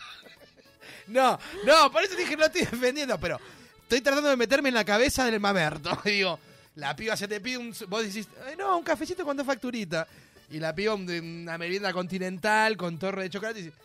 S4: No, no, por eso dije no estoy defendiendo, pero estoy tratando de meterme en la cabeza del mamerto. Y digo, la piba se te pide un... Vos decís, "Ay, no, un cafecito con dos facturitas. Y la piba un- una merienda continental con torre de chocolate. Y, dice-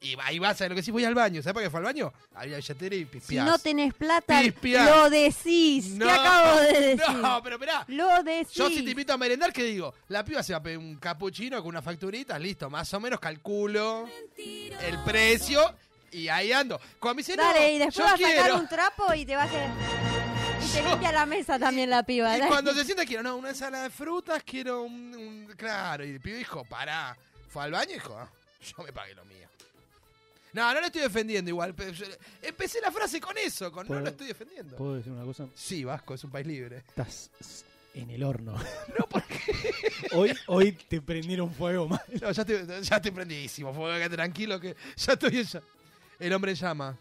S4: y va- ahí vas a lo que sí, voy al baño. ¿Sabes para qué fue al baño? Había billetera y
S5: Si
S4: pispiás.
S5: no tenés plata,
S4: Pispiás.
S5: lo decís. ¿Qué
S4: No,
S5: acabo de decir?
S4: No, pero mirá.
S5: Lo decís.
S4: Yo si te invito a merendar, ¿qué digo? La piba se va a pedir un capuchino con una facturita, listo, más o menos calculo el precio y ahí ando. Cuando me dice, no,
S5: Dale, y después
S4: yo
S5: vas a
S4: quiero.
S5: sacar un trapo y te vas a... Y te limpia la mesa también la piba.
S4: Y
S5: dale.
S4: cuando se sienta, quiero, no, una ensalada de frutas, quiero un, un- claro. Y el pibe dijo, pará. Fue al baño y dijo, ah, yo me pagué lo mío. No, no lo estoy defendiendo igual. pe- yo- Empecé la frase con eso, con no
S7: ¿Puedo?
S4: lo estoy defendiendo.
S7: ¿Puedo decir una cosa?
S4: Sí, Vasco, es un país libre.
S7: Estás s- en el horno. hoy, hoy te prendieron fuego mal.
S4: No, ya estoy, ya estoy prendidísimo. fue- que Tranquilo que ya estoy en lla- El hombre en llama.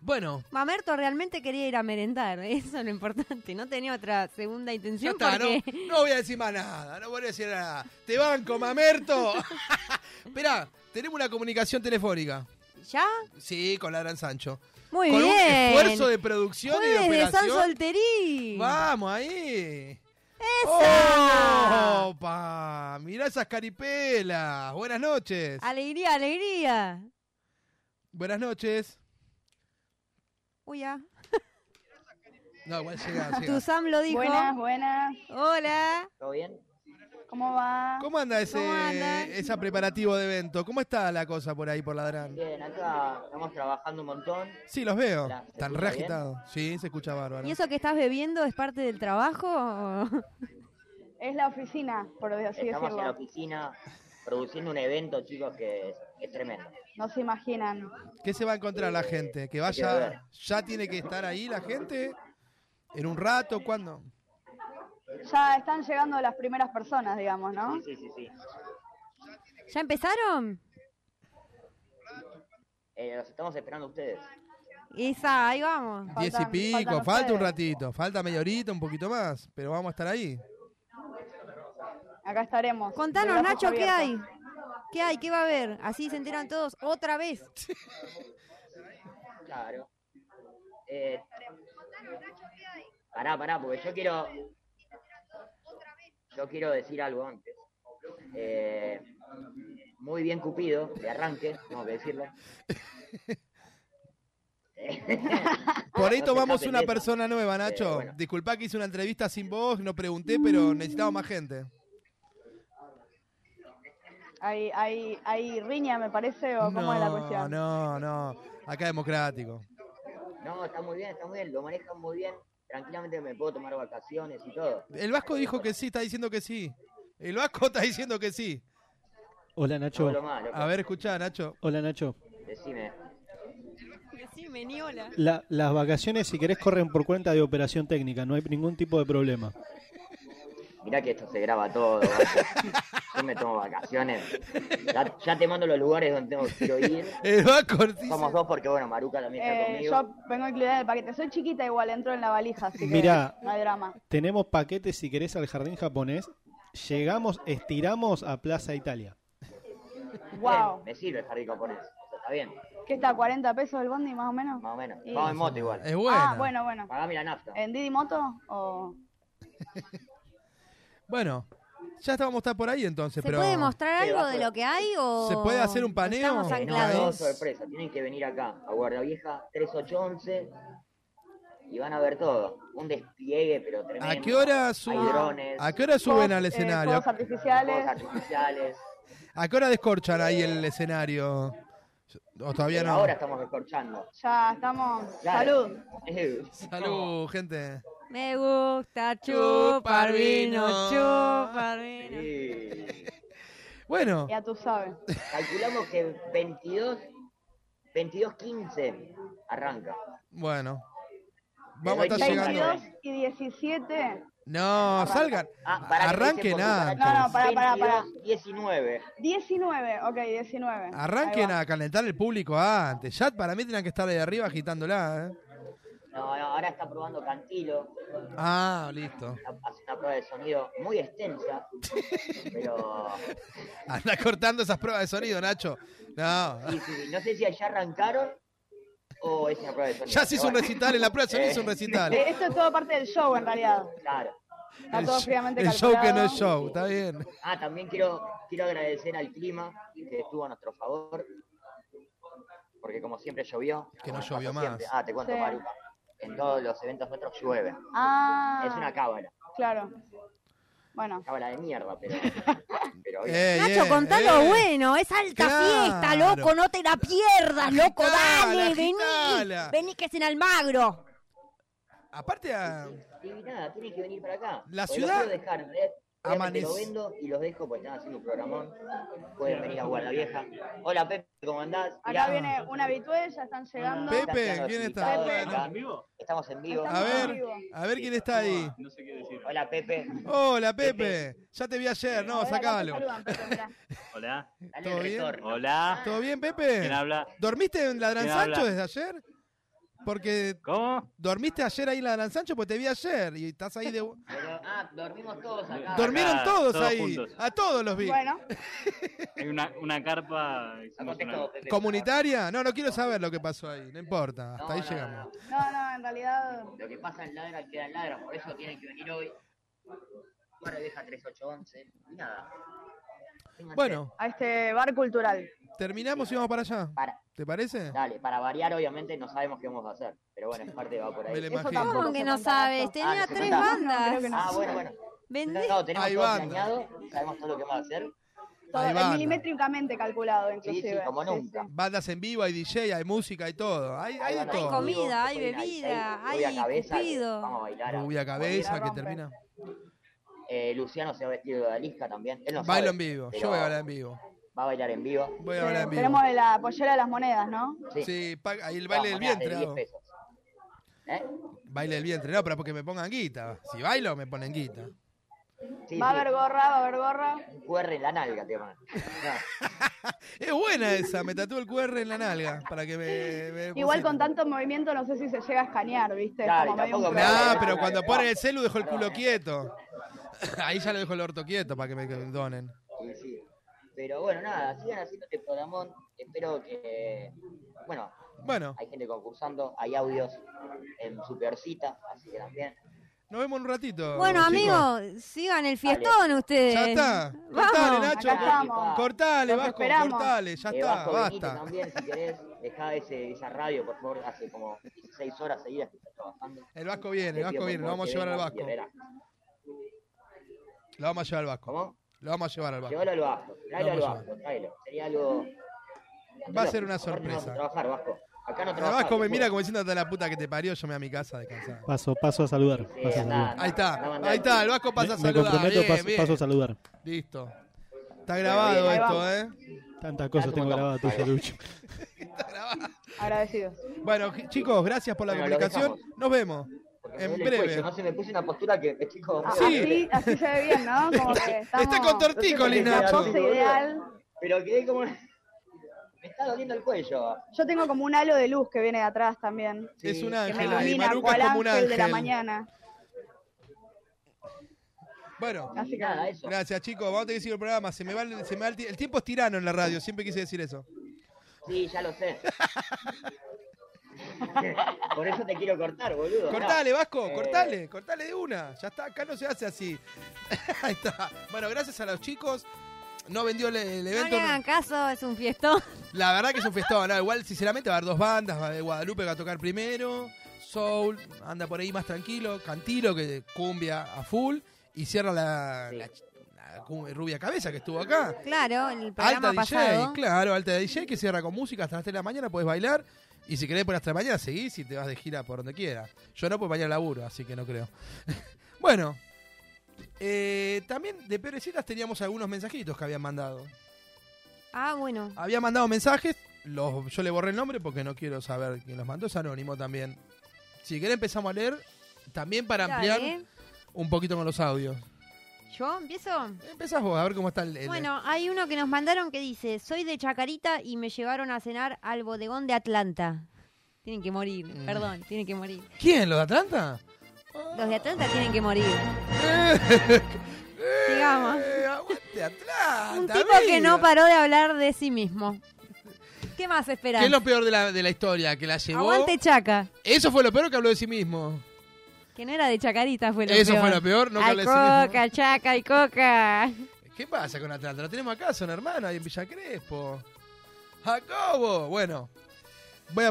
S4: Bueno,
S5: Mamerto realmente quería ir a merendar, eso es lo importante. No tenía otra segunda
S4: ya
S5: intención
S4: está, ¿no?
S5: porque
S4: No voy a decir más nada, no voy a decir nada. Te banco, mamerto. Esperá, tenemos una comunicación telefónica.
S5: ¿Ya?
S4: Sí, con Ladran Sancho.
S5: Muy
S4: con un
S5: bien.
S4: esfuerzo de producción y de
S5: Jueves de San
S4: operación.
S5: Solterín.
S4: Vamos ahí. Oh.
S5: ¡Esa!
S4: ¡Opa! Mirá esas caripelas. Buenas noches.
S5: Alegría, alegría.
S4: Buenas noches.
S5: Uy, ya.
S4: No, igual llega,
S5: Tu Sam lo dijo.
S1: Buenas, buenas.
S5: Hola.
S1: ¿Todo bien? ¿Cómo va?
S4: ¿Cómo anda ese esa preparativo de evento? ¿Cómo está la cosa por ahí por Ladran?
S1: Bien, acá estamos trabajando un montón.
S4: Sí, los veo.
S1: Hola, ¿se
S4: Tan
S1: escucha
S4: re
S1: bien?
S4: agitados. Sí, se escucha bárbaro.
S5: ¿Y eso que estás bebiendo es parte del trabajo? o-
S1: Es la oficina, por así
S9: Estamos en la
S1: decirlo.
S9: oficina produciendo un evento, chicos, que es, es tremendo.
S1: No se imaginan.
S4: ¿Qué se va a encontrar la gente? ¿Que
S9: que ver.
S4: vaya? ¿Ya tiene que estar ahí la gente? ¿En un rato? ¿Cuándo?
S1: Ya están llegando las primeras personas, digamos, ¿no?
S9: Sí, sí, sí.
S5: ¿Ya empezaron?
S9: Eh, los estamos esperando a ustedes.
S5: Esa, ahí vamos.
S4: Diez y pico, falta un ratito, falta media horita, un poquito más, pero vamos a estar ahí.
S1: Acá estaremos.
S5: Contanos,
S1: De brazos
S5: Nacho, ¿qué hay?
S1: abiertos.
S5: ¿Qué hay? ¿Qué va a haber? Así se enteran todos otra vez.
S9: Claro. Eh, pará, pará, porque yo quiero. Yo quiero decir algo antes. Eh, muy bien Cupido, de arranque, tengo que decirlo. eh,
S4: Por ahí
S9: No se
S4: tomamos
S9: escapen
S4: una
S9: de esa.
S4: persona nueva, Nacho.
S9: Eh, bueno.
S4: Disculpa que hice una entrevista sin vos, no pregunté, pero necesitaba más gente.
S1: Hay, hay, hay riña, me parece, o cómo es la
S4: No,
S1: cuestión.
S4: no, no. Acá democrático.
S9: No, está muy bien, está muy bien, lo manejan muy bien. Tranquilamente me puedo tomar vacaciones y todo.
S4: El Vasco dijo que sí, está diciendo que sí. El Vasco está diciendo que sí.
S7: Hola, Nacho.
S9: Hablo mal, loco.
S4: A ver, escuchá, Nacho.
S7: Hola, Nacho.
S9: Decime.
S5: Sí, meniola.
S7: La- las vacaciones, si querés, corren por cuenta de operación técnica. No hay ningún tipo de problema.
S9: Mirá que esto se graba todo. Nacho. Yo me tomo vacaciones. Ya, ya te mando los lugares donde tengo que ir. Somos dos porque, bueno, Maruca también está
S1: Eh,
S9: conmigo.
S1: yo vengo incluida en el paquete. Soy chiquita igual, entro en la valija, así que
S7: Mirá.
S1: no hay drama.
S7: Tenemos paquetes, si querés, al jardín japonés. Llegamos, estiramos a Plaza Italia.
S1: Wow.
S9: Me sirve el jardín japonés. Está bien,
S1: ¿Qué está? ¿40 pesos el bondi más o menos?
S9: más o menos.
S1: Y-
S9: Vamos en moto igual.
S4: Es
S1: Ah,
S4: bueno.
S1: bueno, bueno.
S9: Pagame la nafta.
S1: ¿En Didi Moto o...?
S4: Bueno, ya estábamos a estar por ahí entonces,
S5: ¿Se
S4: pero.
S5: puede mostrar algo de lo que hay o
S4: ¿Se puede hacer un paneo?
S5: estamos
S4: No,
S9: Eh, No,
S5: anclados?
S9: sorpresa. Tienen que venir acá, a Guardia Vieja 3811. Y van a ver todo. Un despliegue, pero tremendo.
S4: ¿A qué hora
S9: Hay
S4: suben?
S9: drones.
S4: ¿A qué hora suben al
S9: Eh,
S4: escenario?
S9: fuegos artificiales. artificiales.
S4: ¿A qué hora descorchan ahí el escenario? ¿O todavía no?
S9: Ahora estamos descorchando.
S1: Ya estamos.
S9: Claro.
S1: Salud.
S4: Salud, Oh, gente.
S5: Me gusta chupar vino, chupar vino.
S4: Bueno,
S1: Ya tú sabes.
S9: Calculamos que 22, 22.15 arranca.
S4: bueno. Vamos a estar llegando.
S1: 22 y 17.
S4: No, salgan.
S9: Ah, pará, que dicen
S4: Arranquen
S9: por
S4: antes.
S1: No, no, pará, pará, pará.
S9: 19.
S1: 19, ok, 19.
S4: Arranquen
S1: Ahí va.
S4: a calentar el público antes. Ya para mí tenían que estar ahí arriba agitándola. ¿eh?
S9: No, no, ahora está probando Cantilo.
S4: Ah, listo.
S9: Hace una prueba de sonido muy extensa. pero
S4: Anda cortando esas pruebas de sonido, Nacho. No.
S9: sí, sí, no sé si allá arrancaron o Oh, es una prueba de sonido.
S4: Ya se hizo
S9: pero
S4: un
S9: bueno.
S4: recital, en la prueba de sonido hizo un recital.
S1: Eh, Esto es todo parte del show, en realidad.
S9: Claro.
S1: Está todo fríamente
S4: el show que no es
S1: calculado.
S4: show, está bien.
S9: Ah, también quiero, quiero agradecer al clima que estuvo a nuestro favor. Porque como siempre llovió.
S4: Que no
S9: como
S4: llovió
S9: pasa
S4: más.
S9: siempre. Ah, te cuento,
S1: Sí.
S9: Maruca. En todos los eventos nuestros llueve.
S1: Ah.
S9: Es una cábala.
S1: Claro. Bueno.
S9: Cábala de mierda, pero. pero bien.
S4: Eh,
S5: Nacho,
S4: eh,
S5: contá lo
S4: eh.
S5: bueno, es alta fiesta,
S4: Claro.
S5: loco, no te la pierdas, loco,
S4: Agitala,
S5: dale, vení,
S4: agitala.
S5: vení que es en Almagro.
S4: Aparte, a-
S9: Y nada, tiene que venir para acá.
S4: La
S9: Porque lo
S4: ciudad-
S9: quiero dejar, eh, Obviamente
S4: Amanece-
S9: lo vendo y los dejo porque están haciendo un programón. Pueden venir a Guardavieja. Hola Pepe, ¿cómo andás?
S1: Acá
S9: Mirá,
S1: viene una habitué, ya
S9: Ah,
S1: están llegando.
S9: están quedando
S4: ¿quién está?
S9: explicados
S4: Pepe.
S9: acá. Estamos en vivo.
S4: A ver, a ver quién está ahí.
S9: Hola Pepe.
S4: Hola, Pepe. Ya te vi ayer, no, sacalo.
S9: Ah,
S14: Hola.
S4: ¿Todo bien?
S14: Hola.
S4: ¿Todo bien, Pepe?
S14: ¿Quién habla?
S4: ¿Dormiste en Ladrán
S14: ¿Quién
S4: Sancho
S14: habla?
S4: desde ayer? Porque. ¿Cómo? ¿Dormiste ayer ahí en Ladrán Sancho? Pues te vi ayer y estás ahí de.
S9: Pero, ah, dormimos todos acá.
S4: Dormieron
S14: Acá,
S4: todos,
S14: todos
S4: ahí.
S14: juntos.
S4: A todos los vi.
S14: Hay una, una carpa. hicimos una-
S4: ¿Comunitaria? No, no quiero saber lo que pasó ahí. No importa, hasta
S9: No,
S4: ahí
S9: no,
S4: llegamos.
S1: No, no, en realidad.
S9: Lo que pasa en Ladra queda en Ladra, por eso tienen que venir hoy. Guardavieja 3811. Y nada.
S4: Bueno.
S1: A este bar cultural.
S4: Terminamos y vamos para allá.
S9: Para.
S4: ¿Te parece?
S9: Dale, para variar, obviamente, no sabemos qué vamos a hacer. Pero bueno, en parte va por ahí.
S4: Me lo Eso imagino. tampoco
S5: ¿Cómo que no sabes? Tenía
S9: se
S5: tres
S9: contaba.
S5: bandas.
S9: creo que no. Ah, bueno, bueno. No, no, tenemos
S4: Hay
S9: todo
S4: banda.
S9: planeado, sabemos todo lo que vamos a hacer.
S1: Todo,
S4: Hay
S1: eh,
S4: banda.
S1: milimétricamente calculado,
S9: Sí,
S1: inclusive.
S9: sí, como nunca.
S4: Bandas en vivo, hay DJ, hay música, hay todo. Hay, hay de
S9: bandas en
S4: todo.
S9: vivo,
S5: Comida,
S9: se
S5: hay
S9: pueden ir al
S5: bebida,
S9: seis, rubia
S5: hay
S9: cabeza,
S5: cupido.
S9: Vamos a bailar. a-
S4: Rubia cabeza que
S9: Bueno,
S4: termina.
S9: eh, Luciano se va vestido de Alisca también. Él no sabe,
S4: Bailo en vivo. Yo
S9: pero
S4: voy a bailar en vivo.
S9: Va a bailar en vivo.
S4: Voy a bailar en vivo.
S1: Tenemos la pollera de las monedas, ¿no?
S4: Sí, pa- ahí el baile del
S9: Monedas de
S4: vientre.
S9: 10
S4: hago.
S9: pesos. ¿Eh?
S4: Baile del vientre, no, pero porque me pongan guita. Si bailo, me ponen guita.
S9: Sí,
S1: va
S9: sí.
S1: a haber gorra, va a haber gorra.
S9: QR en la nalga, te van.
S4: Es buena esa, me tatúo el QR en la nalga para que me. me
S1: Igual con tanto movimiento no sé si se llega a escanear, ¿viste?
S4: Claro,
S1: Como medio un
S4: Nah,
S1: problema.
S4: pero cuando ponen el celu dejo el culo quieto. Ahí ya lo dejo el orto quieto para que me donen.
S9: Sí, sí. Pero bueno, nada, sigan haciendo este programón. Espero que. Bueno,
S4: Bueno,
S9: hay gente concursando, hay audios en su peorcita, así que también.
S4: nos vemos en un ratito.
S5: Bueno,
S4: chicos.
S5: amigos, sigan el fiestón ustedes.
S4: Ya está. Cortale,
S5: Vamos.
S4: Nacho.
S9: Acá estamos.
S4: Cortale,
S9: Los
S4: Vasco,
S9: esperamos.
S4: cortale. Ya
S9: Eh,
S4: está,
S9: Vasco, venite
S4: basta.
S9: también, si querés, dejá ese, esa radio, por favor, hace como 16 horas seguidas que está trabajando.
S4: El Eh, Vasco
S9: Este
S4: viene, el Vasco viene. Lo vamos a llevar al Vasco. Lo vamos a llevar al Vasco. Lo vamos a llevar al Vasco.
S9: Llévalo al Vasco, tráelo
S4: Lo
S9: al
S4: vamos a llevar.
S9: Vasco, tráelo. Sería algo.
S4: Va a ser una
S9: Aparte no vamos
S4: sorpresa.
S9: a trabajar, Vasco. Acá no
S4: El
S9: trabajas.
S4: Vasco me mira como diciendo hasta la puta que te parió, yo me voy a mi casa a descansar.
S7: Paso, paso a saludar.
S9: Sí,
S7: paso a
S9: andá,
S7: saludar.
S9: andá.
S4: Ahí
S9: No,
S4: está,
S9: andá.
S4: ahí está, el Vasco pasa a
S7: Me- me
S4: saludar.
S7: comprometo,
S4: bien,
S7: paso-
S4: bien.
S7: paso a saludar.
S4: Listo. Está grabado
S1: Ahí
S4: esto,
S1: vamos.
S4: ¿eh?
S7: Tantas cosas
S4: Ya
S7: tengo
S4: tomamos.
S7: grabadas tuya, Lucho.
S1: Agradecidos.
S4: Bueno, gi- chicos, gracias por la
S9: Bueno, lo
S4: comunicación. Nos vemos
S9: Me
S4: en
S9: duele el
S4: breve.
S9: cuello, no se me puse una postura que estoy como.
S1: Así, así se ve bien, ¿no? Como que estamos...
S4: Está con tortícolis,
S9: No sé por qué
S4: Nacho.
S9: quedé así, boludo.
S1: ideal.
S9: Pero quedé como. Me está doliendo el cuello.
S1: Yo tengo como un halo de luz que viene de atrás también.
S4: Es un
S1: que me
S4: ángel ahí,
S1: ilumina
S4: Maruca
S1: cual
S4: es como un
S1: ángel de la
S4: ángel.
S1: mañana.
S4: Bueno,
S1: Así que nada, eso.
S4: gracias chicos, vamos a tener que seguir el programa. Se me va el, se me va el, ti- el tiempo es tirano en la radio, siempre quise decir eso.
S9: Sí, ya lo sé. Por eso te quiero cortar, boludo.
S4: Cortale,
S9: No.
S4: Vasco,
S9: Eh,
S4: cortale, cortale de una. Ya está, acá no se hace así. Ahí está. Bueno, gracias a los chicos. No vendió el, el
S5: No le
S4: evento.
S5: hagan caso, es un fiestón.
S4: La verdad que es un festón, ¿no? igual sinceramente va a haber dos bandas, va a haber Guadalupe que va a tocar primero, Soul, anda por ahí más tranquilo, Cantilo que cumbia a full y cierra la, la ch- la cum- rubia cabeza que estuvo acá.
S5: Claro, el
S4: Alta
S5: programa
S4: DJ,
S5: pasado.
S4: claro, alta DJ que cierra con música hasta las 3 de la mañana, puedes bailar. Y si querés por hasta la mañana, seguís y te vas de gira por donde quieras. Yo no, pues mañana laburo, así que no creo. bueno, eh, también de Perecitas teníamos algunos mensajitos que habían mandado.
S5: Ah, bueno.
S4: Había mandado mensajes, los, yo le borré el nombre porque no quiero saber quién los mandó, es anónimo también. Si querés empezamos a leer, también para
S5: Dale. ¿eh?
S4: ampliar un poquito con los audios.
S5: ¿Yo empiezo?
S4: Empezás vos, a ver cómo está el... el-
S5: Bueno, hay uno que nos mandaron que dice, soy de Chacarita y me llevaron a cenar al bodegón de Atlanta. Tienen que morir,
S4: Mm.
S5: perdón, tienen que morir.
S4: ¿Quién? ¿Los de Atlanta?
S5: Los de Atlanta tienen que morir. Sigamos.
S4: De Eh, Atlanta.
S5: Un tipo que no paró de hablar de sí mismo. ¿Qué más
S4: ¿Qué
S5: esperás?
S4: es lo peor de la, de la historia? Que la llevó...
S5: Aguante Chaca.
S4: Eso fue lo peor que habló de sí mismo.
S5: Que no era de Chacarita, fue lo
S4: Eso
S5: peor.
S4: fue lo peor, no que
S5: Ay,
S4: hable de sí mismo.
S5: coca, Chaca y coca.
S4: ¿Qué pasa con Atlanta? Lo tenemos acá, son hermanos, ahí en Villa Crespo. Jacobo, bueno. Voy a...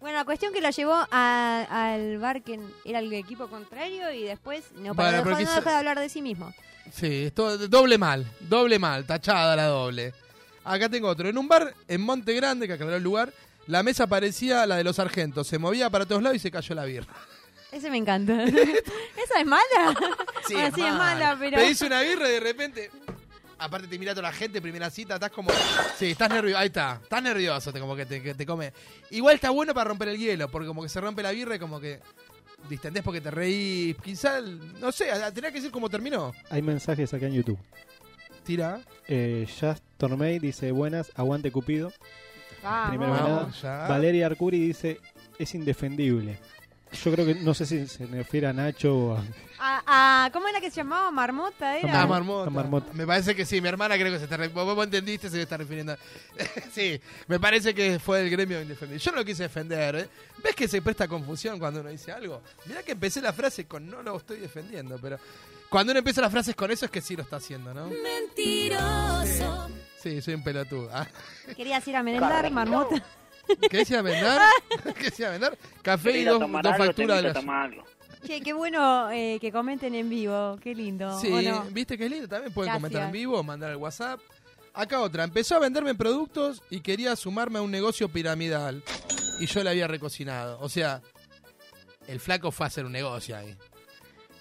S5: Bueno, la cuestión que lo llevó a- al bar que era el equipo contrario y después
S4: Bueno,
S5: no, paró, dejó-
S4: pero
S5: no
S4: quizá-
S5: dejó de hablar de sí mismo.
S4: Sí, esto, doble mal, doble mal, tachada la doble. Acá tengo otro. En un bar en Monte Grande, que aclaró el lugar, la mesa parecía la de los sargentos. Se movía para todos lados y se cayó la birra.
S5: Ese me encanta. ¿Esa es mala?
S4: Sí,
S5: Bueno,
S4: es
S5: Ah, sí, es
S4: mala.
S5: mala, pero.
S4: Pedís una birra y de repente. Aparte te mira toda la gente, primera cita, estás como. Sí, estás nervioso. Ahí está. Estás nervioso, te, como que te, que te come. Igual está bueno para romper el hielo, porque como que se rompe la birra y como que. Distendés porque te reís. Quizá, no sé, a- a- tenía que decir cómo terminó.
S7: Hay mensajes acá en YouTube.
S4: Tira.
S7: Eh, Just Tormey dice, buenas, aguante Cupido.
S6: Vamos.
S7: Primero que
S4: Vamos,
S7: nada.
S4: ya.
S7: Valeria Arcuri dice, es indefendible. Yo creo que, no sé si se refiere a Nacho o a...
S5: A- a- ¿Cómo era que se llamaba? Marmota era.
S4: Ah, marmota.
S7: a Marmota.
S4: Me parece que sí, mi hermana creo que se está re- vos, vos entendiste, se está refiriendo. a- sí, me parece que fue el gremio indefendido. Yo no lo quise defender, ¿eh? ¿Ves que se presta confusión cuando uno dice algo? Mirá que empecé la frase con no lo estoy defendiendo, pero cuando uno empieza las frases con eso es que sí lo está haciendo, ¿no?
S5: Mentiroso.
S4: Sí, soy un pelotudo. Ah,
S5: Querías ir a merendar, Marmota.
S4: ¿Qué decía vender? ¿Qué decía vender? Café y
S15: Querido
S4: dos,
S15: tomar
S4: dos
S15: algo, te
S4: facturas de
S15: invito a
S4: la-
S5: Che, qué bueno eh, que comenten en vivo. Qué lindo.
S4: Sí,
S5: ¿o no?
S4: viste que es lindo. También pueden
S5: Gracias.
S4: comentar en vivo, mandar al WhatsApp. Acá otra. Empezó a venderme productos y quería sumarme a un negocio piramidal. Y yo le había recocinado. O sea, el flaco fue a hacer un negocio ahí.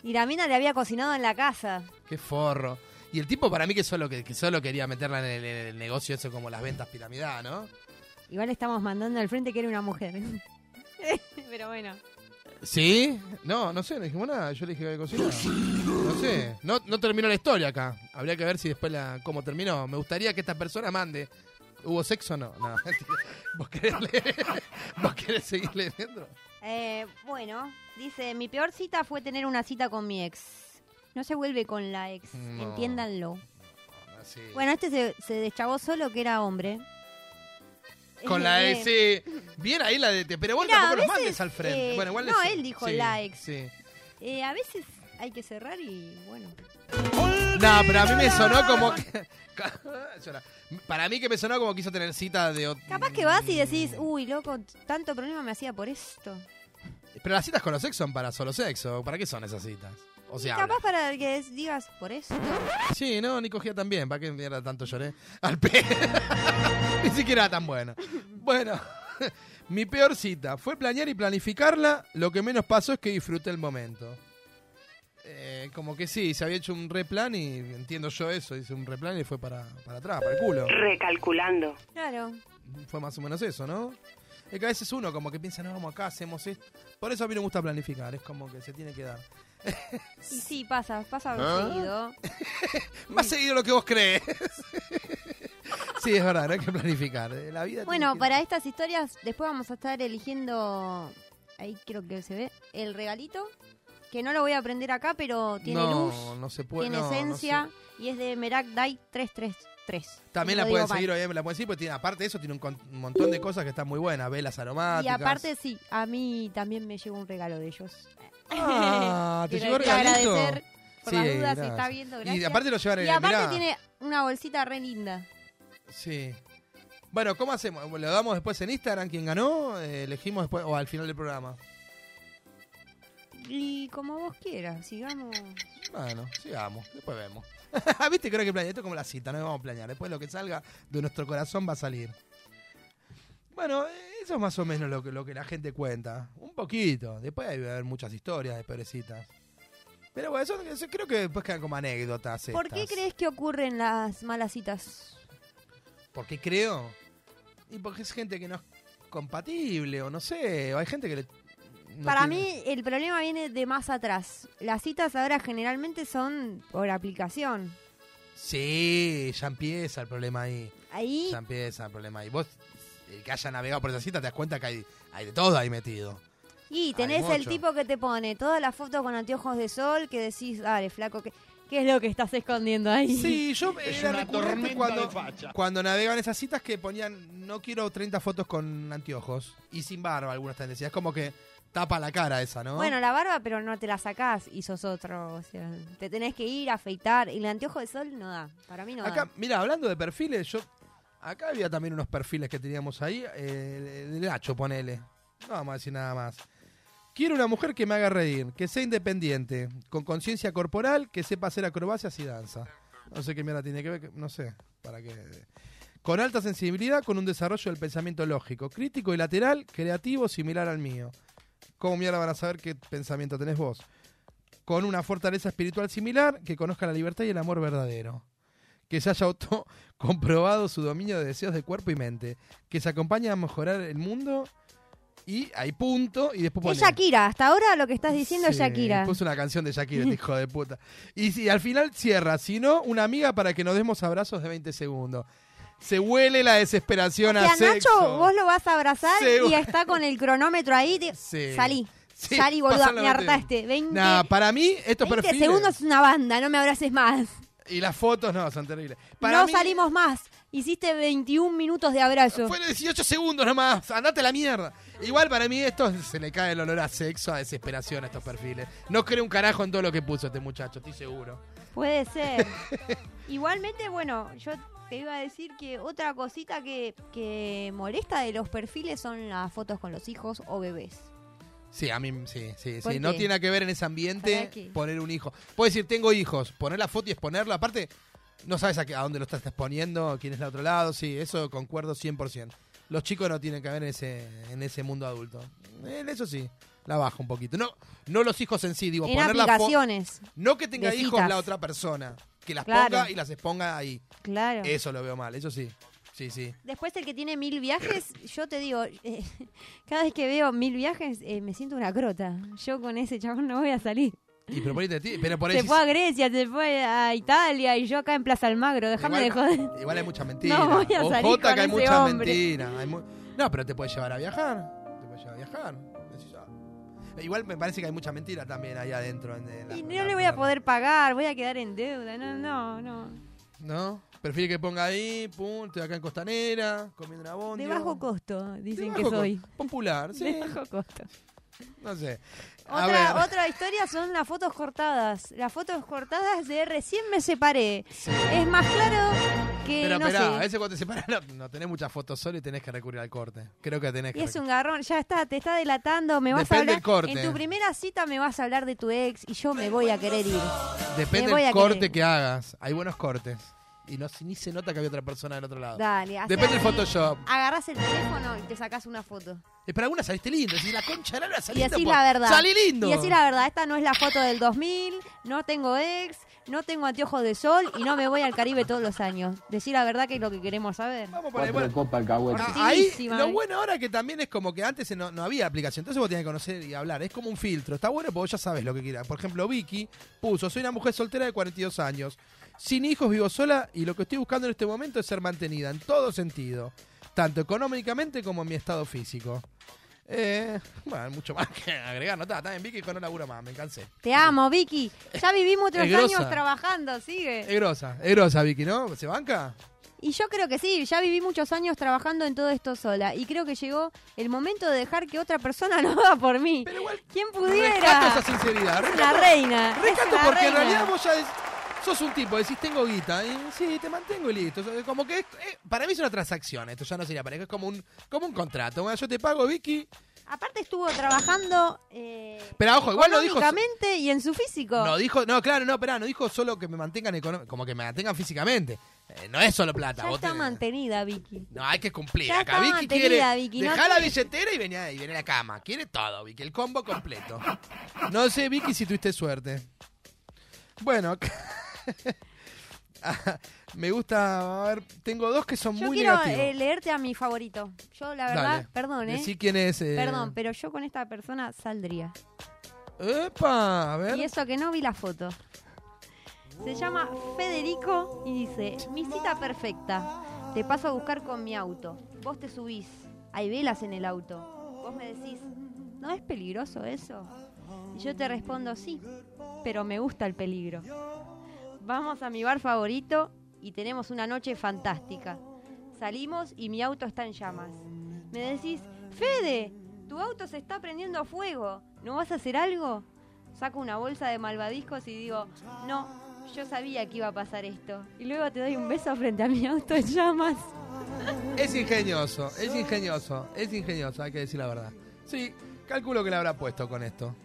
S5: Y la mina le había cocinado en la casa.
S4: Qué forro. Y el tipo para mí que solo, que, que solo quería meterla en el, en el negocio eso como las ventas piramidal, ¿no?
S5: Igual estamos mandando al frente que era una mujer. Pero bueno.
S4: ¿Sí? No, no sé, no dijimos nada. Yo le dije que había cocinado. No sé. No, no terminó la historia acá. Habría que ver si después la, cómo terminó. Me gustaría que esta persona mande. ¿Hubo sexo o no? No, mentira. ¿Vos querés, leer? ¿Vos querés seguir leyendo?
S5: Eh, bueno, dice, mi peor cita fue tener una cita con mi ex. No se vuelve con la ex,
S4: No.
S5: entiéndanlo.
S4: Así.
S5: Bueno, este se, se deschavó solo que era hombre.
S4: Con la ex, sí. Bien ahí la de te. Pero vos
S5: Mirá,
S4: tampoco
S5: a
S4: los
S5: veces,
S4: mandes al frente.
S5: eh,
S4: bueno, igual
S5: no,
S4: es-
S5: él dijo
S4: sí,
S5: la ex.
S4: Sí.
S5: Eh, a veces hay que cerrar y bueno.
S4: No, pero a mí me sonó como. que- Llora. Para mí que me sonó como quiso tener cita de otro.
S5: Capaz que vas y decís, uy, loco, tanto problema me hacía por esto.
S4: Pero las citas con los ex son para solo sexo. ¿Para qué son esas citas? O sea,
S5: Capaz para que des- digas, por esto.
S4: Sí, no, ni cogía tan bien. ¿Para qué mierda tanto lloré? Al pe... Ni siquiera era tan bueno. Bueno, mi peor cita fue planear y planificarla. Lo que menos pasó es que disfruté el momento. Eh, como que sí, se había hecho un replan y entiendo yo eso. Hice un replan y fue para, para atrás, para el culo.
S3: Recalculando.
S5: Claro.
S4: Fue más o menos eso, ¿no? Es que a veces uno como que piensa, no, vamos acá, hacemos esto. Por eso a mí no me gusta planificar, es como que se tiene que dar.
S5: Y sí, pasa, pasa
S4: ¿Ah?
S5: seguido.
S4: Más seguido lo que vos crees. sí, es verdad, no hay que planificar. eh, La vida
S5: Bueno, para estas historias después vamos a estar eligiendo, ahí creo que se ve, el regalito, que no lo voy a aprender acá, pero tiene
S4: no,
S5: luz,
S4: no se puede.
S5: tiene
S4: no, no
S5: esencia
S4: sé.
S5: y es de Merak Dai 333.
S4: También
S5: No
S4: la
S5: digo
S4: pueden
S5: mal.
S4: seguir, obviamente, la pueden seguir, porque tiene, aparte de eso tiene un, con- un montón de cosas que están muy buenas, velas
S5: Y
S4: aromáticas.
S5: aparte sí, a mí también me llegó un regalo de ellos.
S4: Ah, ¿te llegó
S5: Quiero
S4: regalito?
S5: agradecer por
S4: Sí,
S5: las dudas si
S4: gracias.
S5: está viendo,
S4: Y
S5: gracias.
S4: aparte lo llevan en
S5: Y
S4: el-
S5: aparte
S4: mirá.
S5: tiene una bolsita re linda.
S4: Sí. Bueno, ¿cómo hacemos? ¿Lo damos después en Instagram quién ganó? Eh, ¿Elegimos después o al final del programa?
S5: Y como vos quieras, sigamos.
S4: Bueno, sigamos, después vemos. ¿Viste? Creo que planeé. Esto es como la cita, no vamos a planear. Después lo que salga de nuestro corazón va a salir. Bueno, eso es más o menos lo que, lo que la gente cuenta. Un poquito. Después hay haber muchas historias de perecitas. Pero bueno, eso, eso creo que después quedan como anécdotas.
S5: ¿Por qué
S4: estas.
S5: crees que ocurren las malas citas?
S4: ¿Por qué creo? Y porque es gente que no es compatible, o no sé. o hay gente que le. no
S5: Para
S4: tiene-
S5: mí el problema viene de más atrás. Las citas ahora generalmente son por aplicación.
S4: Sí, ya empieza el problema ahí.
S5: Ahí-
S4: Ya empieza el problema ahí. Vos, el que haya navegado por esa cita, te das cuenta que hay, hay de todo ahí metido.
S5: Y tenés el
S4: mucho.
S5: tipo que te pone todas las fotos con anteojos de sol que decís, dale, flaco, ¿qué, qué es lo que estás escondiendo ahí?
S4: Sí, yo eh, era recurrente cuando, cuando navegaban esas citas que ponían no quiero 30 fotos con anteojos y sin barba, algunas también decían. Es como que tapa la cara esa, ¿no?
S5: Bueno, la barba, pero no te la sacás y sos otro. O sea, te tenés que ir a afeitar. Y el anteojo de sol no da. Para mí no
S4: Acá,
S5: da.
S4: mira, hablando de perfiles, yo. Acá había también unos perfiles que teníamos ahí. eh, el el Nacho, ponele. No vamos a decir nada más. Quiero una mujer que me haga reír, que sea independiente, con conciencia corporal, que sepa hacer acrobacias y danza. No sé qué mierda tiene que ver, que- no sé, para qué. Con alta sensibilidad, con un desarrollo del pensamiento lógico, crítico y lateral, creativo, similar al mío. ¿Cómo mierda van a saber qué pensamiento tenés vos? Con una fortaleza espiritual similar, que conozca la libertad y el amor verdadero. Que se haya auto comprobado su dominio de deseos de cuerpo y mente. Que se acompañe a mejorar el mundo. Y hay punto. Y después
S5: Es
S4: pone-
S5: Shakira, hasta ahora lo que estás diciendo es
S4: Sí,
S5: Shakira.
S4: Puso una canción de Shakira, este hijo de puta. Y si al final cierra, si no, una amiga para que nos demos abrazos de 20 segundos. Se huele la desesperación
S5: Que a
S4: a sexo.
S5: Nacho vos lo vas a abrazar
S4: Sexo.
S5: y está con el cronómetro ahí. te-
S4: Sí.
S5: Salí.
S4: Sí,
S5: Salí, boluda,
S4: pasan los
S5: me
S4: 20.
S5: hartaste. 20,
S4: Nah, para mí, estos
S5: 20
S4: perfiles.
S5: segundos es una banda, no me abraces más.
S4: Y las fotos no, son terribles. Para
S5: no
S4: mí,
S5: salimos más. Hiciste 21 minutos de abrazo.
S4: Fue 18 segundos nomás. Andate a la mierda. Igual para mí, esto se le cae el olor a sexo, a desesperación a estos perfiles. No creo un carajo en todo lo que puso este muchacho, estoy seguro.
S5: Puede ser. Igualmente, bueno, yo te iba a decir que otra cosita que, que molesta de los perfiles son las fotos con los hijos o bebés.
S4: Sí, a mí sí, sí,
S5: ¿Por
S4: sí. No
S5: qué?
S4: tiene nada que ver en ese
S5: ¿Para
S4: ambiente
S5: qué?
S4: poner un hijo. Puedes decir, tengo hijos, poner la foto y exponerlo. Aparte, no sabes a, qué- a dónde lo estás exponiendo, quién es el otro lado. Sí, eso concuerdo 100%. Los chicos no tienen que ver en ese, en ese mundo adulto. En eso sí, la bajo un poquito. No, no los hijos en sí, digo,
S5: en
S4: poner la fo-
S5: aplicaciones.
S4: No que tenga
S5: de
S4: hijos
S5: citas.
S4: la otra persona. Que las
S5: Claro.
S4: ponga y las exponga ahí.
S5: Claro.
S4: Eso lo veo mal, eso sí. Sí, sí.
S5: Después el que tiene mil viajes, yo te digo, eh, cada vez que veo mil viajes eh, me siento una crota. Yo con ese chabón no voy a salir.
S4: Y pero, ponete a ti, pero por ahí
S5: Se
S4: sí-
S5: fue a Grecia, se fue a Ah, Italia y yo acá en Plaza Almagro, déjame de
S4: Igual-
S5: joder.
S4: Igual hay mucha mentira.
S5: No voy a salir
S4: Ojota
S5: con
S4: que hay
S5: ese
S4: mucha
S5: hombre.
S4: mentira. hay mu- No, pero te puede llevar a viajar. Te puede llevar a viajar. Decís, ah. Igual me parece que hay mucha mentira también ahí adentro. en- en la-
S5: Y no le voy a poder pagar, voy a quedar en deuda. No, no, no.
S4: ¿No? Prefiere que ponga ahí, pum, estoy acá en Costanera, comiendo una bomba.
S5: De bajo costo, dicen que
S4: bajo
S5: soy.
S4: costo. Popular, sí.
S5: De bajo costo.
S4: No sé. A
S5: Otra,
S4: ver.
S5: otra historia son las fotos cortadas. Las fotos cortadas de recién me separé. Es más claro que
S4: Pero
S5: no
S4: esperá,
S5: sé.
S4: a veces cuando te separas no, no tenés muchas fotos solo y tenés que recurrir al corte. Creo que tenés que.
S5: Y es
S4: recurrir.
S5: un garrón, ya está, te está delatando, me vas
S4: Depende
S5: a
S4: el
S5: hablar.
S4: corte.
S5: En tu primera cita me vas a hablar de tu ex y yo me voy a querer ir. Me
S4: Depende
S5: voy
S4: del
S5: a
S4: corte
S5: querer.
S4: que hagas. Hay buenos cortes. Y no, ni se nota que había otra persona del otro lado.
S5: Dale, hacé
S4: Depende del
S5: así.
S4: Photoshop.
S5: Agarrás el teléfono y te sacás una foto.
S4: Eh, Pero alguna saliste lindo. Decís, la concha de la lora, salí
S5: Y
S4: lindo
S5: así
S4: por-
S5: la verdad.
S4: Salí lindo.
S5: Y así la verdad, esta no es la foto del 2000, no tengo ex, no tengo anteojos de sol y no me voy al Caribe todos los años. Decir la verdad que es lo que queremos saber.
S4: Ah, ahí,
S5: Cortísima,
S4: lo
S5: eh.
S4: bueno ahora que también es como que antes no, no había aplicación, entonces vos tenías que conocer y hablar, es como un filtro, está bueno porque vos ya sabes lo que quieras. Por ejemplo, Vicky puso, soy una mujer soltera de 42 años, sin hijos, vivo sola y lo que estoy buscando en este momento es ser mantenida en todo sentido, tanto económicamente como en mi estado físico. Eh, bueno, mucho más que agregar, no está, está bien, Vicky con no laburo más, me cansé.
S5: Te amo, Vicky. Ya vivimos otros
S4: Es grosa. Eh.
S5: años trabajando, sigue.
S4: Es grosa, es grosa Vicky, ¿no? ¿Se banca?
S5: Y yo creo que sí, ya viví muchos años trabajando en todo esto sola y creo que llegó el momento de dejar que otra persona lo haga por mí. ¿Quién
S4: Rescato
S5: pudiera?
S4: esa sinceridad.
S5: Es
S4: rescato-
S5: la reina. es
S4: Rescato
S5: la
S4: porque en
S5: reina.
S4: realidad vos ya des- sos un tipo, decís tengo guita, y sí, te mantengo y listo. So- Como que es- eh, para mí es una transacción, esto ya no sería pareja, es como un, como un contrato. Bueno, yo te pago, Vicky.
S5: Aparte estuvo trabajando eh,
S4: Pero ojo, igual no dijo.
S5: económicamente y en su físico.
S4: No dijo, no, claro, no, pero no dijo solo que me mantengan económicamente, como que me mantengan físicamente. Eh, no es solo plata,
S5: ya
S4: vos
S5: está
S4: tenés-
S5: mantenida, Vicky.
S4: No, hay que cumplir.
S5: Ya
S4: Acá
S5: está
S4: Vicky
S5: mantenida,
S4: quiere
S5: Vicky, no
S4: dejar la
S5: quiere-
S4: billetera y viene, y viene la cama. Quiere todo, Vicky, el combo completo. No sé, Vicky, si tuviste suerte. Bueno, ah, me gusta. A ver, tengo dos que son
S5: Yo
S4: muy
S5: quiero
S4: negativos.
S5: eh, leerte a mi favorito. Yo, la verdad,
S4: Dale.
S5: perdón, ¿eh?
S4: Decí quién es, eh.
S5: Perdón, pero yo con esta persona saldría.
S4: Epa, a ver.
S5: Y eso que no vi la foto. Se llama Federico y dice, mi cita perfecta. Te paso a buscar con mi auto. Vos te subís. Hay velas en el auto. Vos me decís, ¿no es peligroso eso? Y yo te respondo, sí, pero me gusta el peligro. Vamos a mi bar favorito y tenemos una noche fantástica. Salimos y mi auto está en llamas. Me decís, Fede, tu auto se está prendiendo fuego. ¿No vas a hacer algo? Saco una bolsa de malvadiscos y digo, no, yo sabía que iba a pasar esto. Y luego te doy un beso frente a mi auto en llamas. eh,
S4: Es ingenioso, es ingenioso, es ingenioso, hay que decir la verdad. Sí, calculo que la habrá puesto con esto.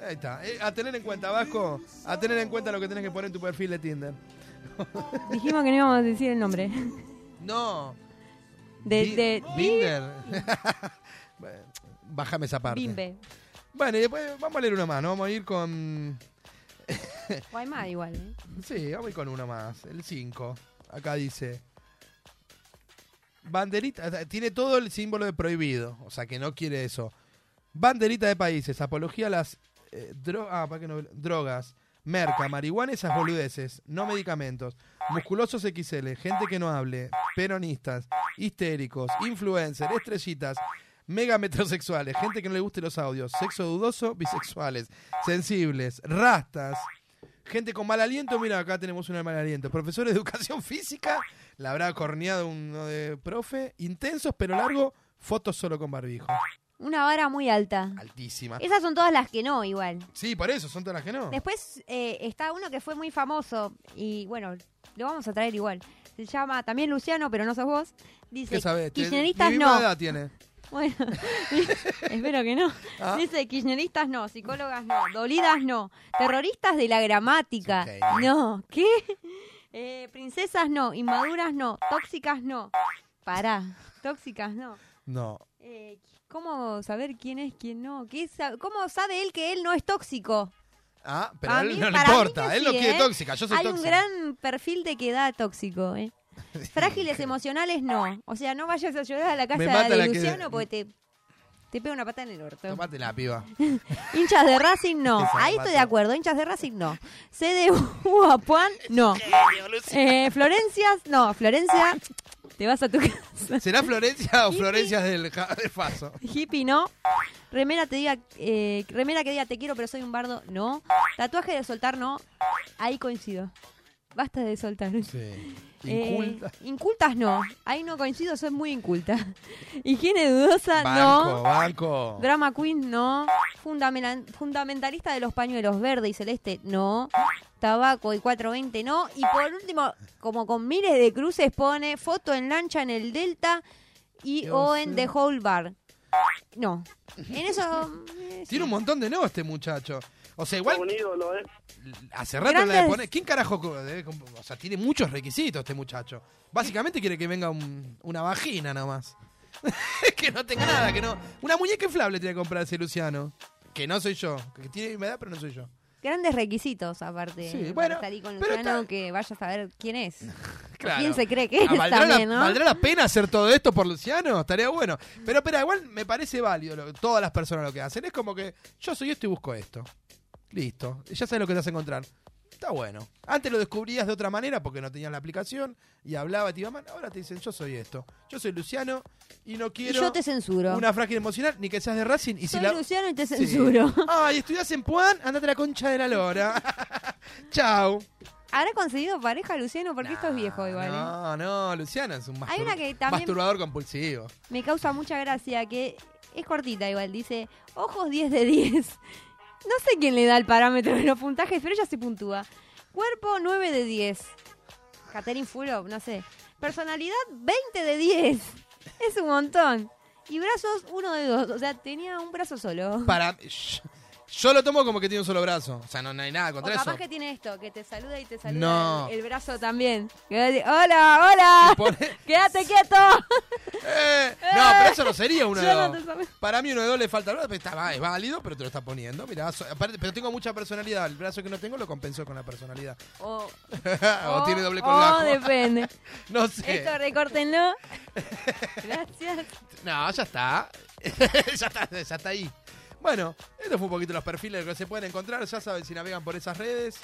S4: Ahí está. Eh, a tener en cuenta, Vasco, a tener en cuenta lo que tenés que poner en tu perfil de Tinder.
S5: Dijimos que no íbamos a decir el nombre.
S4: No.
S5: De-
S4: Bi-
S5: de-
S4: Binder. Bájame esa parte.
S5: Bimbe.
S4: Bueno, y después vamos a leer uno más, ¿no? Vamos a ir con.
S5: Guaymá igual, ¿eh?
S4: Sí, vamos a ir con uno más. El 5. Acá dice. Banderita. o sea, Tiene todo el símbolo de prohibido. O sea que no quiere eso. Banderita de países. Apología a las eh, dro- ah, ¿para qué no? drogas. Merca, marihuana, y esas boludeces. No medicamentos. Musculosos XL. Gente que no hable. Peronistas. Histéricos. Influencers. Estrellitas. Mega metrosexuales, gente que no le guste los audios, sexo dudoso, bisexuales, sensibles, rastas, gente con mal aliento, mira, acá tenemos uno de mal aliento, profesores de educación física, la habrá corneado uno de profe, intensos pero largo, fotos solo con barbijo.
S5: Una vara muy alta.
S4: Altísima.
S5: Esas son todas las que no, igual.
S4: Sí, por eso, son todas las que no.
S5: Después eh, está uno que fue muy famoso y bueno, lo vamos a traer igual. Se llama también Luciano, pero no sos vos. Dice,
S4: ¿Qué sabes? Te-
S5: kirchneristas
S4: mi misma
S5: no.
S4: edad tiene.
S5: Bueno, espero que no.
S4: Ah.
S5: Dice, kirchneristas no, psicólogas no, dolidas no, terroristas de la gramática. No, ¿qué? Eh, princesas no, inmaduras no, tóxicas no. Pará, tóxicas no.
S4: No.
S5: Eh, ¿Cómo saber quién es quién no? ¿Qué sa- ¿Cómo sabe él que él no es tóxico?
S4: Ah, pero
S5: A
S4: a él
S5: mí-
S4: no le
S5: para mí
S4: importa,
S5: que
S4: él no
S5: sí,
S4: quiere
S5: ¿eh?
S4: tóxica, yo soy
S5: Hay
S4: tóxica.
S5: un gran perfil de que da tóxico, ¿eh? Frágiles emocionales no. O sea, no vayas a llorar a la casa
S4: mata la
S5: de
S4: que- "Mm".
S5: Luciano porque te, te pega una patada en el orto.
S4: Tomate la piba.
S5: Hinchas de Racing no.
S4: Esa
S5: Ahí
S4: mata.
S5: estoy de acuerdo. Hinchas de Racing no. CDU a Puan no. Eh, Florencias no. Florencia, te vas a tu casa.
S4: ¿Será Florencia o Florencia del ja- de Faso?
S5: Hippie no. Remera te diga, eh, remera que diga te quiero pero soy un bardo, no. Tatuaje de soltar, no. Ahí coincido. Basta de soltar. Eh,
S4: Inculta.
S5: incultas no. Ahí no coincido, soy muy inculta. Higiene dudosa,
S4: Banco,
S5: Ah, no.
S4: banco.
S5: Drama queen, no. Fundamental- fundamentalista de los pañuelos verde y celeste, no. Tabaco y 420, no. Y por último, como con miles de cruces, pone foto en lancha en el Delta y
S4: Dios
S5: o en
S4: mío.
S5: The Whole Bar. No. En eso.
S4: Tiene un montón de no este muchacho. O sea, igual. Hace rato
S5: Grandes-
S4: la de poner. ¿Quién carajo? co- debe comp- O sea, tiene muchos requisitos este muchacho. Básicamente quiere que venga un- una vagina nomás.
S9: Eh,
S4: que no tenga nada, que no. Una muñeca inflable tiene que comprarse Luciano. Que no soy yo. Que tiene mi edad, pero no soy yo.
S5: Grandes requisitos, aparte.
S4: Sí,
S5: para
S4: bueno,
S5: salir con
S4: pero
S5: Luciano, que vaya a saber quién es.
S4: Claro.
S5: ¿Quién se cree que es
S4: Ah, ¿valdrá,
S5: también,
S4: la,
S5: no?
S4: valdrá la pena hacer todo esto por Luciano? Estaría bueno. Pero, espera, igual me parece válido lo- todas las personas lo que hacen. Es como que yo soy esto y busco esto. Listo. Ya sabes lo que te vas a encontrar. Está bueno. Antes lo descubrías de otra manera porque no tenías la aplicación y hablaba, te iba mal. Ahora te dicen, yo soy esto. Yo soy Luciano y no quiero.
S5: yo te censuro.
S4: Una frágil emocional, ni que seas de Racing. Y si
S5: Soy
S4: la...
S5: Luciano y te
S4: Sí.
S5: censuro.
S4: Ay, estudias en Puan, andate a la concha de la lora. Chau.
S5: ¿Habrá conseguido pareja Luciano? Porque esto es viejo igual. ¿eh?
S4: No, no, Luciano es un mastur-
S5: Hay una que también-
S4: masturbador compulsivo.
S5: Me causa mucha gracia que es cortita igual. Dice, ojos 10 de 10. No sé quién le da el parámetro de los puntajes, pero ella se puntúa. Cuerpo 9 de 10. Catherine Fulop, no sé. Personalidad 20 de 10. Es un montón. Y brazos 1 de 2. O sea, tenía un brazo solo.
S4: Para yo, yo lo tomo como que tiene un solo brazo. O sea, no, no hay nada
S5: O
S4: contra
S5: capaz
S4: eso.
S5: que tiene esto, que te saluda y te saluda
S4: No.
S5: el, el brazo también. Que va a decir, hola, hola. Quédate quieto.
S4: Eh, no, pero eso no sería uno de
S5: Yo no
S4: dos.
S5: te sabía.
S4: Para mí uno de dos le falta el brazo, pero está, va, es válido, pero te lo está poniendo. Mirá, so- aparte, pero tengo mucha personalidad. El brazo que no tengo lo compensó con la personalidad.
S5: O,
S4: o, tiene doble
S5: o
S4: colgajo.
S5: Oh, depende.
S4: no sé.
S5: Esto recórtenlo. Gracias.
S4: No, ya está. ya está. Ya está ahí. Bueno, esto fue un poquito los perfiles que se pueden encontrar. Ya saben, si navegan por esas redes,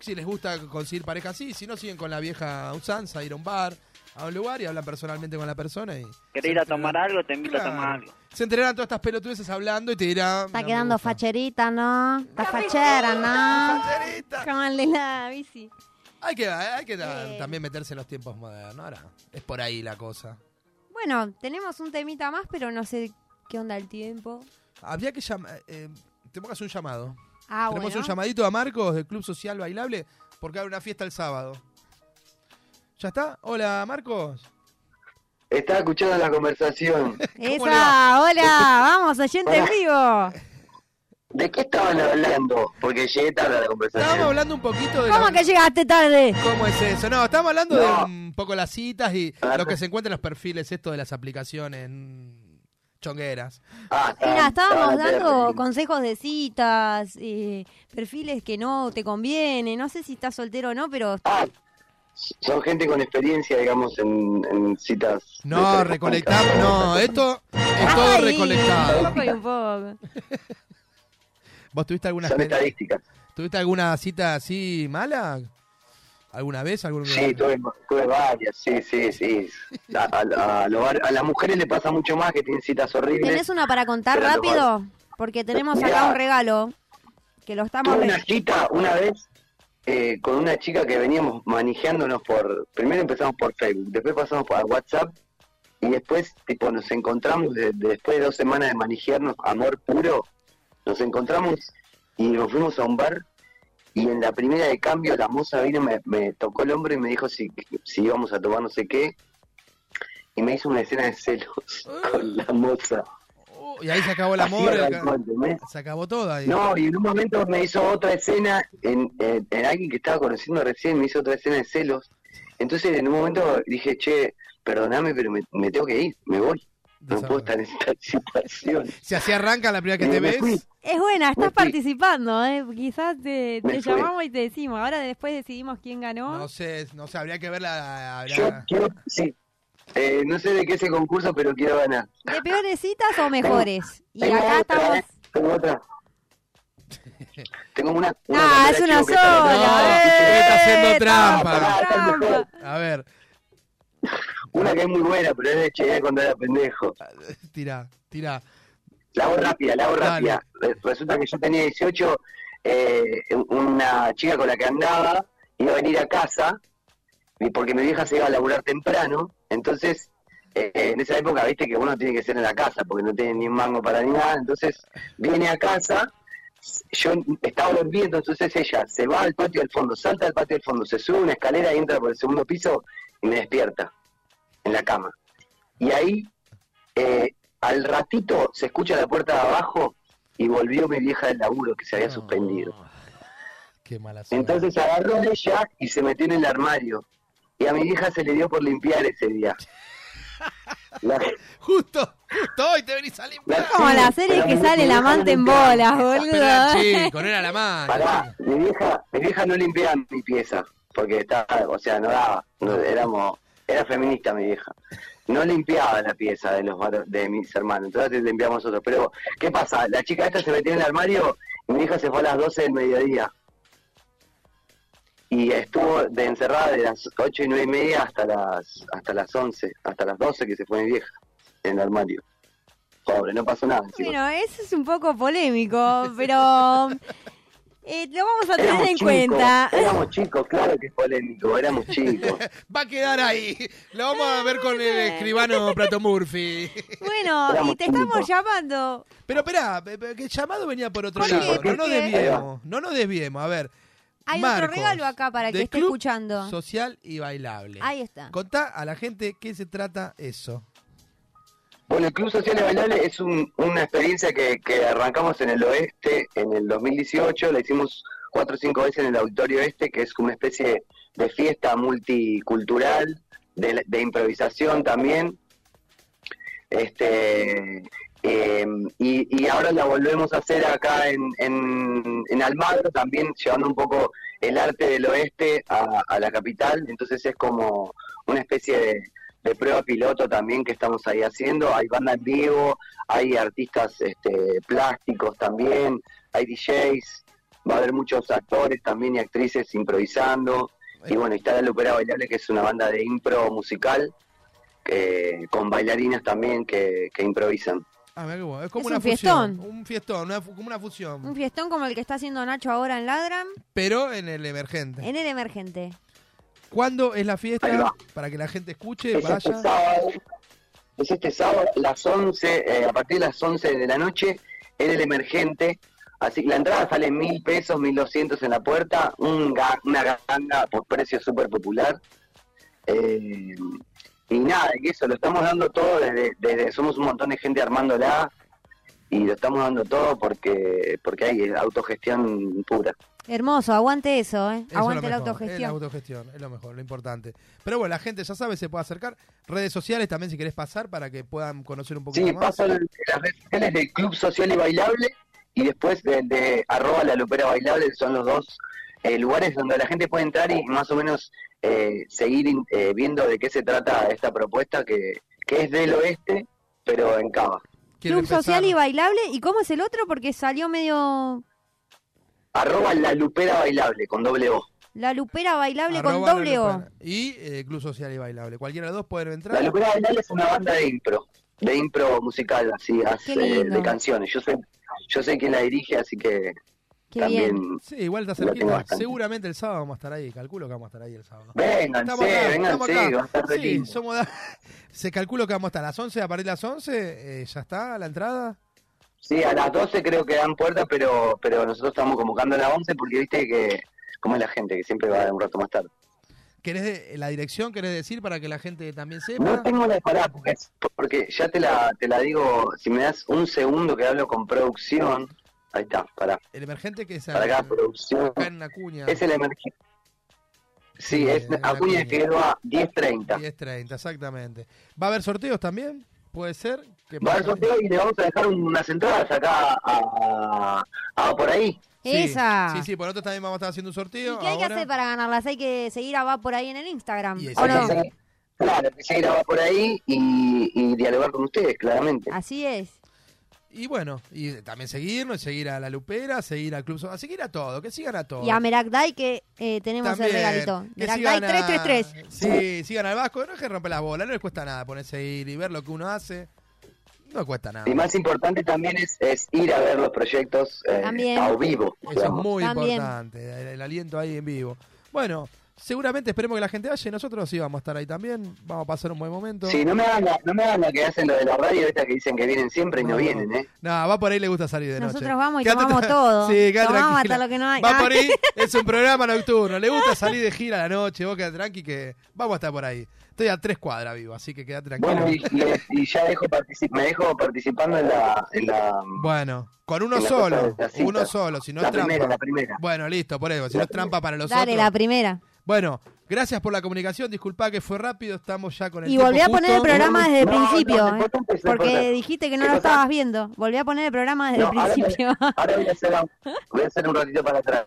S4: si les gusta conseguir pareja así, si no, siguen con la vieja usanza, ir a un bar, a un lugar y hablan personalmente con la persona. Y
S15: ¿Querés ir a tomar algo? Te invito a
S4: Claro.
S15: tomar algo.
S4: Se enterarán todas estas pelotudeces hablando y te dirán...
S6: Está quedando facherita, ¿no? Está fachera, ¿no?
S5: Cámale la bici.
S4: Hay que, hay que ta-
S5: Eh.
S4: también meterse en los tiempos modernos. Ahora es por ahí la cosa.
S5: Bueno, tenemos un temita más, pero no sé qué onda el tiempo.
S4: Habría que llamar. Eh, tenemos que hacer un llamado.
S5: Ah,
S4: tenemos
S5: bueno.
S4: un llamadito a Marcos del Club Social Bailable porque abre una fiesta el sábado. ¿Ya está? Hola, Marcos.
S16: Está escuchando la conversación.
S5: Esa, hola, vamos, oyente en vivo.
S16: ¿De qué estaban hablando? Porque llegué tarde a la conversación.
S4: Estamos hablando un poquito de.
S5: ¿Cómo
S4: la-
S5: que llegaste tarde?
S4: ¿Cómo es eso? No, estamos hablando de
S16: No.
S4: un poco las citas y lo que se encuentra en los perfiles, esto de las aplicaciones. mm, chongueras.
S5: Mira, estábamos dando consejos de citas, eh, perfiles que no te conviene. No sé si estás soltero o no, pero
S3: Son gente con experiencia, digamos, en, en citas.
S4: No, recolectamos, no, esto es todo
S5: Ay, Un
S4: recolectado.
S5: poco y un poco.
S4: ¿Vos tuviste alguna
S3: Son
S4: experiencia-
S3: estadísticas.
S4: ¿Tuviste alguna cita así mala? ¿Alguna vez? ¿Algún
S3: Sí, tuve, tuve varias, sí, sí, sí. A, a- a los- a las mujeres le pasa mucho más que tienen citas horribles.
S5: ¿Tenés una para contar
S3: Espera,
S5: rápido? Porque tenemos acá un regalo que lo estamos...
S3: Tuve
S5: re-
S3: una cita una vez eh, con una chica que veníamos manejeándonos por. Primero empezamos por Facebook, después pasamos por WhatsApp y después, tipo, nos encontramos de- de- después de dos semanas de manejearnos, amor puro. Nos encontramos y nos fuimos a un bar. Y en la primera de cambio, la moza vino, me, me tocó el hombro y me dijo si, si íbamos a tomar no sé qué. Y me hizo una escena de celos con la moza.
S4: Y ahí se acabó el
S3: Así
S4: amor, el
S3: arrancó,
S4: ca-
S3: ¿entendés?
S4: se acabó todo ahí.
S3: No, y en un momento me hizo otra escena, en, en- en alguien que estaba conociendo recién, me hizo otra escena de celos. Entonces en un momento dije, che, perdoname, pero me, me tengo que ir, me voy. No puedo estar en esta situación.
S4: Si así arranca la primera que
S3: Me-
S4: te
S3: Eh, me
S4: ves.
S3: fui.
S5: Es buena, estás
S3: Me fui.
S5: participando, ¿eh? Quizás te,
S3: Me
S5: te
S3: fui.
S5: llamamos y te decimos. Ahora después decidimos quién ganó.
S4: No sé, no sé, habría que ver la... la-
S3: Yo quiero, sí. Eh, no sé de qué es el concurso, pero quiero ganar.
S5: ¿De peores citas o mejores? Y
S3: Tengo otra,
S5: acá estamos...
S3: eh, Tengo otra. tengo una... una
S5: Ah, es una
S3: bandera chivo que está-
S5: sola.
S4: Usted está
S3: pará,
S4: haciendo ¡Eh! trampa.
S3: está el mejor.
S4: A ver,
S3: Una que es muy buena, pero es de Che cuando era pendejo.
S4: tira, tira.
S3: La hago rápida, la hago rápida. Re- Resulta que yo tenía 18, eh, una chica con la que andaba iba a venir a casa, y porque mi vieja se iba a laburar temprano, entonces eh, en esa época viste que uno tiene que ser en la casa, porque no tiene ni un mango para ni nada, entonces viene a casa, yo estaba durmiendo, entonces ella se va al patio del fondo, salta al patio del fondo, se sube una escalera y entra por el segundo piso y me despierta en la cama. Y ahí eh, al ratito se escucha la puerta de abajo y volvió mi vieja del laburo que se había suspendido.
S4: Ah, Qué mala suerte.
S3: Entonces agarró de ella y se metió en el armario. Y a mi vieja se le dio por limpiar ese día. La-
S4: Justo, justo hoy te venís a limpiar.
S3: Es como la serie que sale el amante en bolas, boludo.
S4: Pero, chico, no era la mano.
S3: Pará, mi vieja, mi vieja no limpiaba mi pieza, porque estaba, o sea, no daba, no, éramos, era feminista mi vieja. No limpiaba la pieza de los varo- de mis hermanos, entonces limpiamos nosotros. Pero, ¿qué pasa? La chica esta se metió en el armario y mi hija se fue a las 12 del mediodía. Y estuvo de encerrada de las 8 y 9 y media hasta las, hasta las 11, hasta las 12 que se fue mi vieja en el armario. Pobre, no pasó nada. encima.
S5: Bueno, eso es un poco polémico, pero eh, lo vamos a tener
S3: Éramos
S5: en
S3: chicos,
S5: cuenta.
S3: Éramos chicos, claro que es polémico, éramos chicos.
S4: Va a quedar ahí. Lo vamos a ver con el
S5: Eh,
S4: escribano Prato Murphy.
S5: Bueno, y te estamos llamando.
S4: Pero espera, que el llamado venía por otro
S5: Porque-
S4: lado. No nos
S5: porque-
S4: desviemos, no nos desviemos. A ver.
S5: Hay
S4: Marcos,
S5: otro regalo acá para el que
S4: de
S5: esté
S4: Club
S5: escuchando.
S4: Social y bailable.
S5: Ahí está.
S4: Contá a la gente qué se trata eso.
S3: Bueno, el Club Social y Bailable es un- una experiencia que, que arrancamos en el oeste en el 2018, la hicimos cuatro o cinco veces en el Auditorio Este, que es como una especie de fiesta multicultural, de, la- de improvisación también. Este, eh, y, y ahora la volvemos a hacer acá en, en, en Almagro, también llevando un poco el arte del oeste a, a la capital, entonces es como una especie de, de prueba piloto también que estamos ahí haciendo. Hay banda en vivo, hay artistas este, plásticos también, hay DJs, va a haber muchos actores también y actrices improvisando. Y bueno, está la Lupera Bailable, que es una banda de impro musical, que- con bailarinas también que, que improvisan.
S4: Ah, mirá qué bueno. Es como una
S5: Es un
S4: fusión. Un fiestón, una fu- como una fusión.
S5: Un fiestón como el que está haciendo Nacho ahora en Ladram,
S4: Pero en el emergente.
S5: en el emergente.
S4: ¿Cuándo es la
S3: Ahí
S4: fiesta?
S3: va.
S4: Para que la gente escuche,
S3: Es este
S4: vaya.
S3: sábado, es este sábado a las 11, eh, a partir de las 11 de la noche, en el emergente. Así que la entrada sale mil pesos, mil doscientos en la puerta, un ga- una ganga por precio súper popular. Eh, y nada, y eso, lo estamos dando todo desde, desde, somos un montón de gente armándola y lo estamos dando todo porque porque hay autogestión pura.
S5: Hermoso, aguante eso, ¿eh?
S4: Eso es lo
S5: aguante
S4: mejor, Es la
S5: la autogestión.
S4: autogestión, es lo mejor, lo importante. Pero bueno, la gente ya sabe, se puede acercar. Redes sociales también, si querés pasar, para que puedan conocer un poquito
S3: Sí,
S4: más.
S3: paso en las redes sociales del Club Social y Bailable y después de, de arroba la Lupera Bailable, son los dos eh, lugares donde la gente puede entrar y más o menos eh, seguir eh, viendo de qué se trata esta propuesta que, que es del oeste, pero en Cava.
S5: Club social y bailable. ¿Y cómo es el otro? Porque salió medio
S3: Arroba la Lupera Bailable con doble O.
S5: la lupera bailable
S4: Arroba
S5: con doble
S4: La
S5: O.
S4: Lupera. Y eh, Club Social y Bailable. Cualquiera de los dos pueden entrar.
S3: La Lupera Bailable es una banda de impro, de impro musical, así, as-
S4: Qué
S3: eh,
S4: lindo.
S3: de canciones. Yo sé, yo sé quién la dirige, así que también
S4: Sí, igual está
S3: la tengo
S4: cerquita.
S3: bastante.
S4: Seguramente el sábado vamos a estar ahí. Calculo que vamos a estar ahí el sábado.
S3: Vénganse,
S4: Estamos acá,
S3: vénganse,
S4: estamos acá.
S3: va a estar re
S4: Sí,
S3: lindo.
S4: somos da- Se calculo que vamos a estar a las 11, a partir de las 11, eh, ya está la entrada.
S3: Sí, a las 12 creo que dan puerta, pero pero nosotros estamos convocando a las 11 porque viste que, como es la gente, que siempre va un rato más tarde.
S4: ¿Querés de- la dirección? ¿Querés decir para que la gente también sepa?
S3: No tengo la parada porque, es- porque ya te la, te la digo, si me das un segundo que hablo con producción, ahí está, pará,
S4: El emergente que es
S3: para acá, producción.
S4: acá en Eh, Acuña.
S3: Es el emergente. Sí, es Acuña y Figueroa 10.30.
S4: 10.30, exactamente. ¿Va a haber sorteos también? Puede ser. que
S3: Va a haber sorteo y le vamos a dejar un- unas entradas acá a, a- a- por ahí.
S4: Sí,
S5: Esa.
S4: Sí, sí, por otro también vamos a estar haciendo un sorteo.
S5: ¿Qué hay que
S4: ahora.
S5: hacer para ganarlas? Hay que seguir a Va por ahí en el Instagram.
S4: Y
S5: ¿O
S4: ese-
S5: no?
S4: ese-
S3: Claro, que se graba por ahí y, y dialogar con ustedes, claramente.
S5: Así es.
S4: Y bueno, y también seguirnos, seguir a La Lupera, seguir al Club So- a seguir a todo, que sigan a todo.
S5: Y a Merakdai que eh, tenemos el
S4: También,
S5: regalito.
S4: que
S5: Merakdai
S4: sigan a-
S5: 333.
S4: Sí, sigan al Vasco, no es que romper la bola, no les cuesta nada ponerse a ir y ver lo que uno hace. No cuesta nada.
S3: Y más importante también es, es ir a ver los proyectos eh,
S4: También.
S3: a vivo.
S4: Eso es
S3: digamos.
S4: muy
S5: También.
S4: importante, el, el aliento ahí en vivo. Bueno, seguramente esperemos que la gente vaya y nosotros sí vamos a estar ahí también. Vamos a pasar un buen momento.
S3: Sí, no me hagan la, no me hagan la que hacen lo de la radio, esta que dicen que vienen siempre y no,
S4: No.
S3: vienen, ¿eh?
S4: No, va por ahí, le gusta salir de noche.
S5: Nosotros vamos y
S4: Quédate
S5: tomamos
S4: tra-
S5: todo.
S4: Sí, quédate
S5: Tomamos
S4: tranquila.
S5: hasta lo que no hay.
S4: Va
S5: Ah.
S4: por ahí, es un programa nocturno. Le gusta salir de gira a la noche, vos quedate tranqui que vamos a estar por ahí. Estoy a tres cuadras vivo, así que quédate tranquilo.
S3: Bueno, y, y- y ya dejo partici- me dejo participando en la... En la
S4: Bueno, con uno
S3: en la cosa
S4: solo,
S3: de la cita.
S4: uno solo, si no
S3: La
S4: es trampa.
S3: primera, la primera.
S4: Bueno, listo, por eso, si no es trampa para los
S5: Dale,
S4: otros.
S5: la primera.
S4: Bueno, gracias por la comunicación, disculpa que fue rápido, estamos ya con el
S5: Y volví a
S4: tiempo
S5: poner el
S4: justo.
S5: programa desde el principio, ¿eh?
S3: no
S5: porque
S3: importa.
S5: dijiste que no
S3: ¿Qué
S5: lo
S3: cosa?
S5: estabas viendo. Volví a poner el programa desde
S3: No,
S5: el
S3: ahora me-
S5: principio.
S3: Ahora voy a hacer, voy a hacer un ratito para atrás.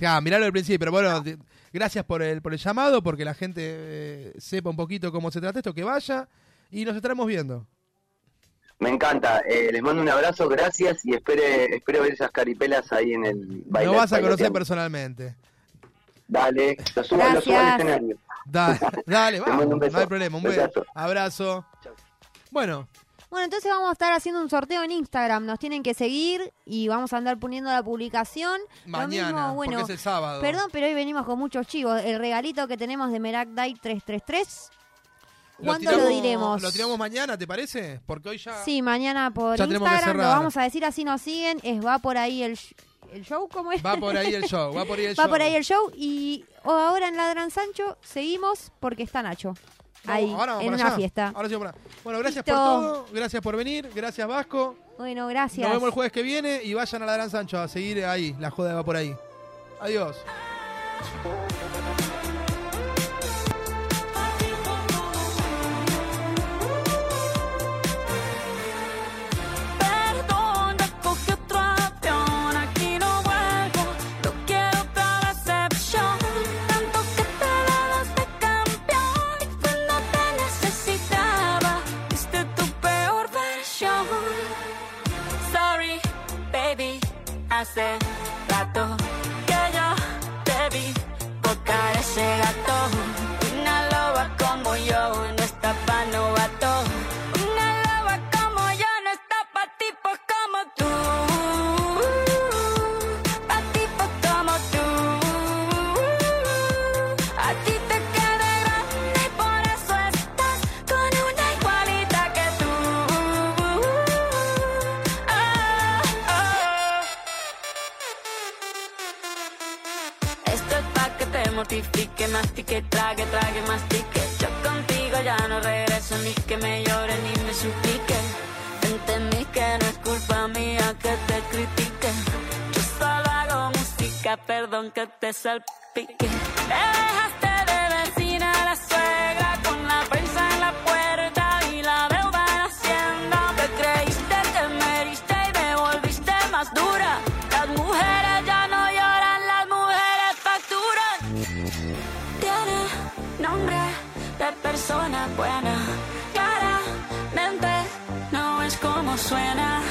S4: Ah, miralo al principio, pero bueno, te- gracias por el, por el llamado, porque la gente eh, sepa un poquito cómo se trata esto, que vaya y nos estaremos viendo.
S3: Me encanta. eh, les mando un abrazo, gracias y espere, espero ver esas caripelas ahí en el baile.
S4: Lo vas a
S3: baile
S4: conocer
S3: tiempo.
S4: personalmente.
S3: Dale, lo subo, lo subo al
S4: Gracias.
S3: escenario.
S4: Da- dale,
S3: Te
S4: vamos,
S3: mando un beso.
S4: no hay problema, un beso.
S3: Besazo.
S4: Abrazo. Bueno,
S5: Bueno, entonces vamos a estar haciendo un sorteo en Instagram. Nos tienen que seguir y vamos a andar poniendo la publicación. Lo
S4: Mañana,
S5: mismo,
S4: porque
S5: bueno,
S4: es el sábado.
S5: Perdón, pero hoy venimos con muchos chivos. El regalito que tenemos de Merak Day 333. ¿Cuándo lo,
S4: tiramos-
S5: diremos?
S4: Lo tiramos mañana, ¿te parece? Porque hoy ya...
S5: Sí, mañana por
S4: Ya tenemos que
S5: Instagram. Lo
S4: cerrar.
S5: vamos a decir así nos siguen. Es va por ahí el, sh- el show, ¿cómo es?
S4: Va por ahí el show, va por ahí el
S5: Va
S4: show.
S5: por ahí el show y o ahora en Ladran Sancho seguimos porque está Nacho.
S4: Vamos,
S5: ahí,
S4: ahora vamos
S5: en
S4: para
S5: una
S4: allá.
S5: fiesta.
S4: Ahora sí, vamos para- Bueno, gracias
S5: Listo.
S4: por todo, gracias por venir, gracias Vasco.
S5: Bueno, gracias.
S4: Nos vemos el jueves que viene y vayan a la Gran Sancho a seguir ahí, la joda va por ahí. Adiós.
S17: Perdón, recogí otro avión, aquí no vuelvo, no quiero otra decepción. Tanto que te dabas de campeón y cuando te necesitaba, diste tu peor versión. Sorry, baby, hace rato que yo te vi tocar ese gato. Una loba como yo no está pa' novato. Una loba como yo no está pa' tipos como tú. Pa' tipos como tú. A ti te queda grande y por eso estás con una igualita que tú. Ah, ah. Esto es pa' que te mortifique, mastique, trague, trague, mastique. Yo contigo ya no regreso, ni que me llore, ni me suplique. Entendí que no es culpa mía que te critique. Yo solo hago música. chica, perdón que te salpique. Te dejaste de vecina a la suegra con la prensa en la puerta y la deuda en Hacienda. Te creíste que me heriste y me volviste más dura. Las mujeres ya no lloran, las mujeres facturan. Tiene nombre de persona buena. Claramente no es como suena.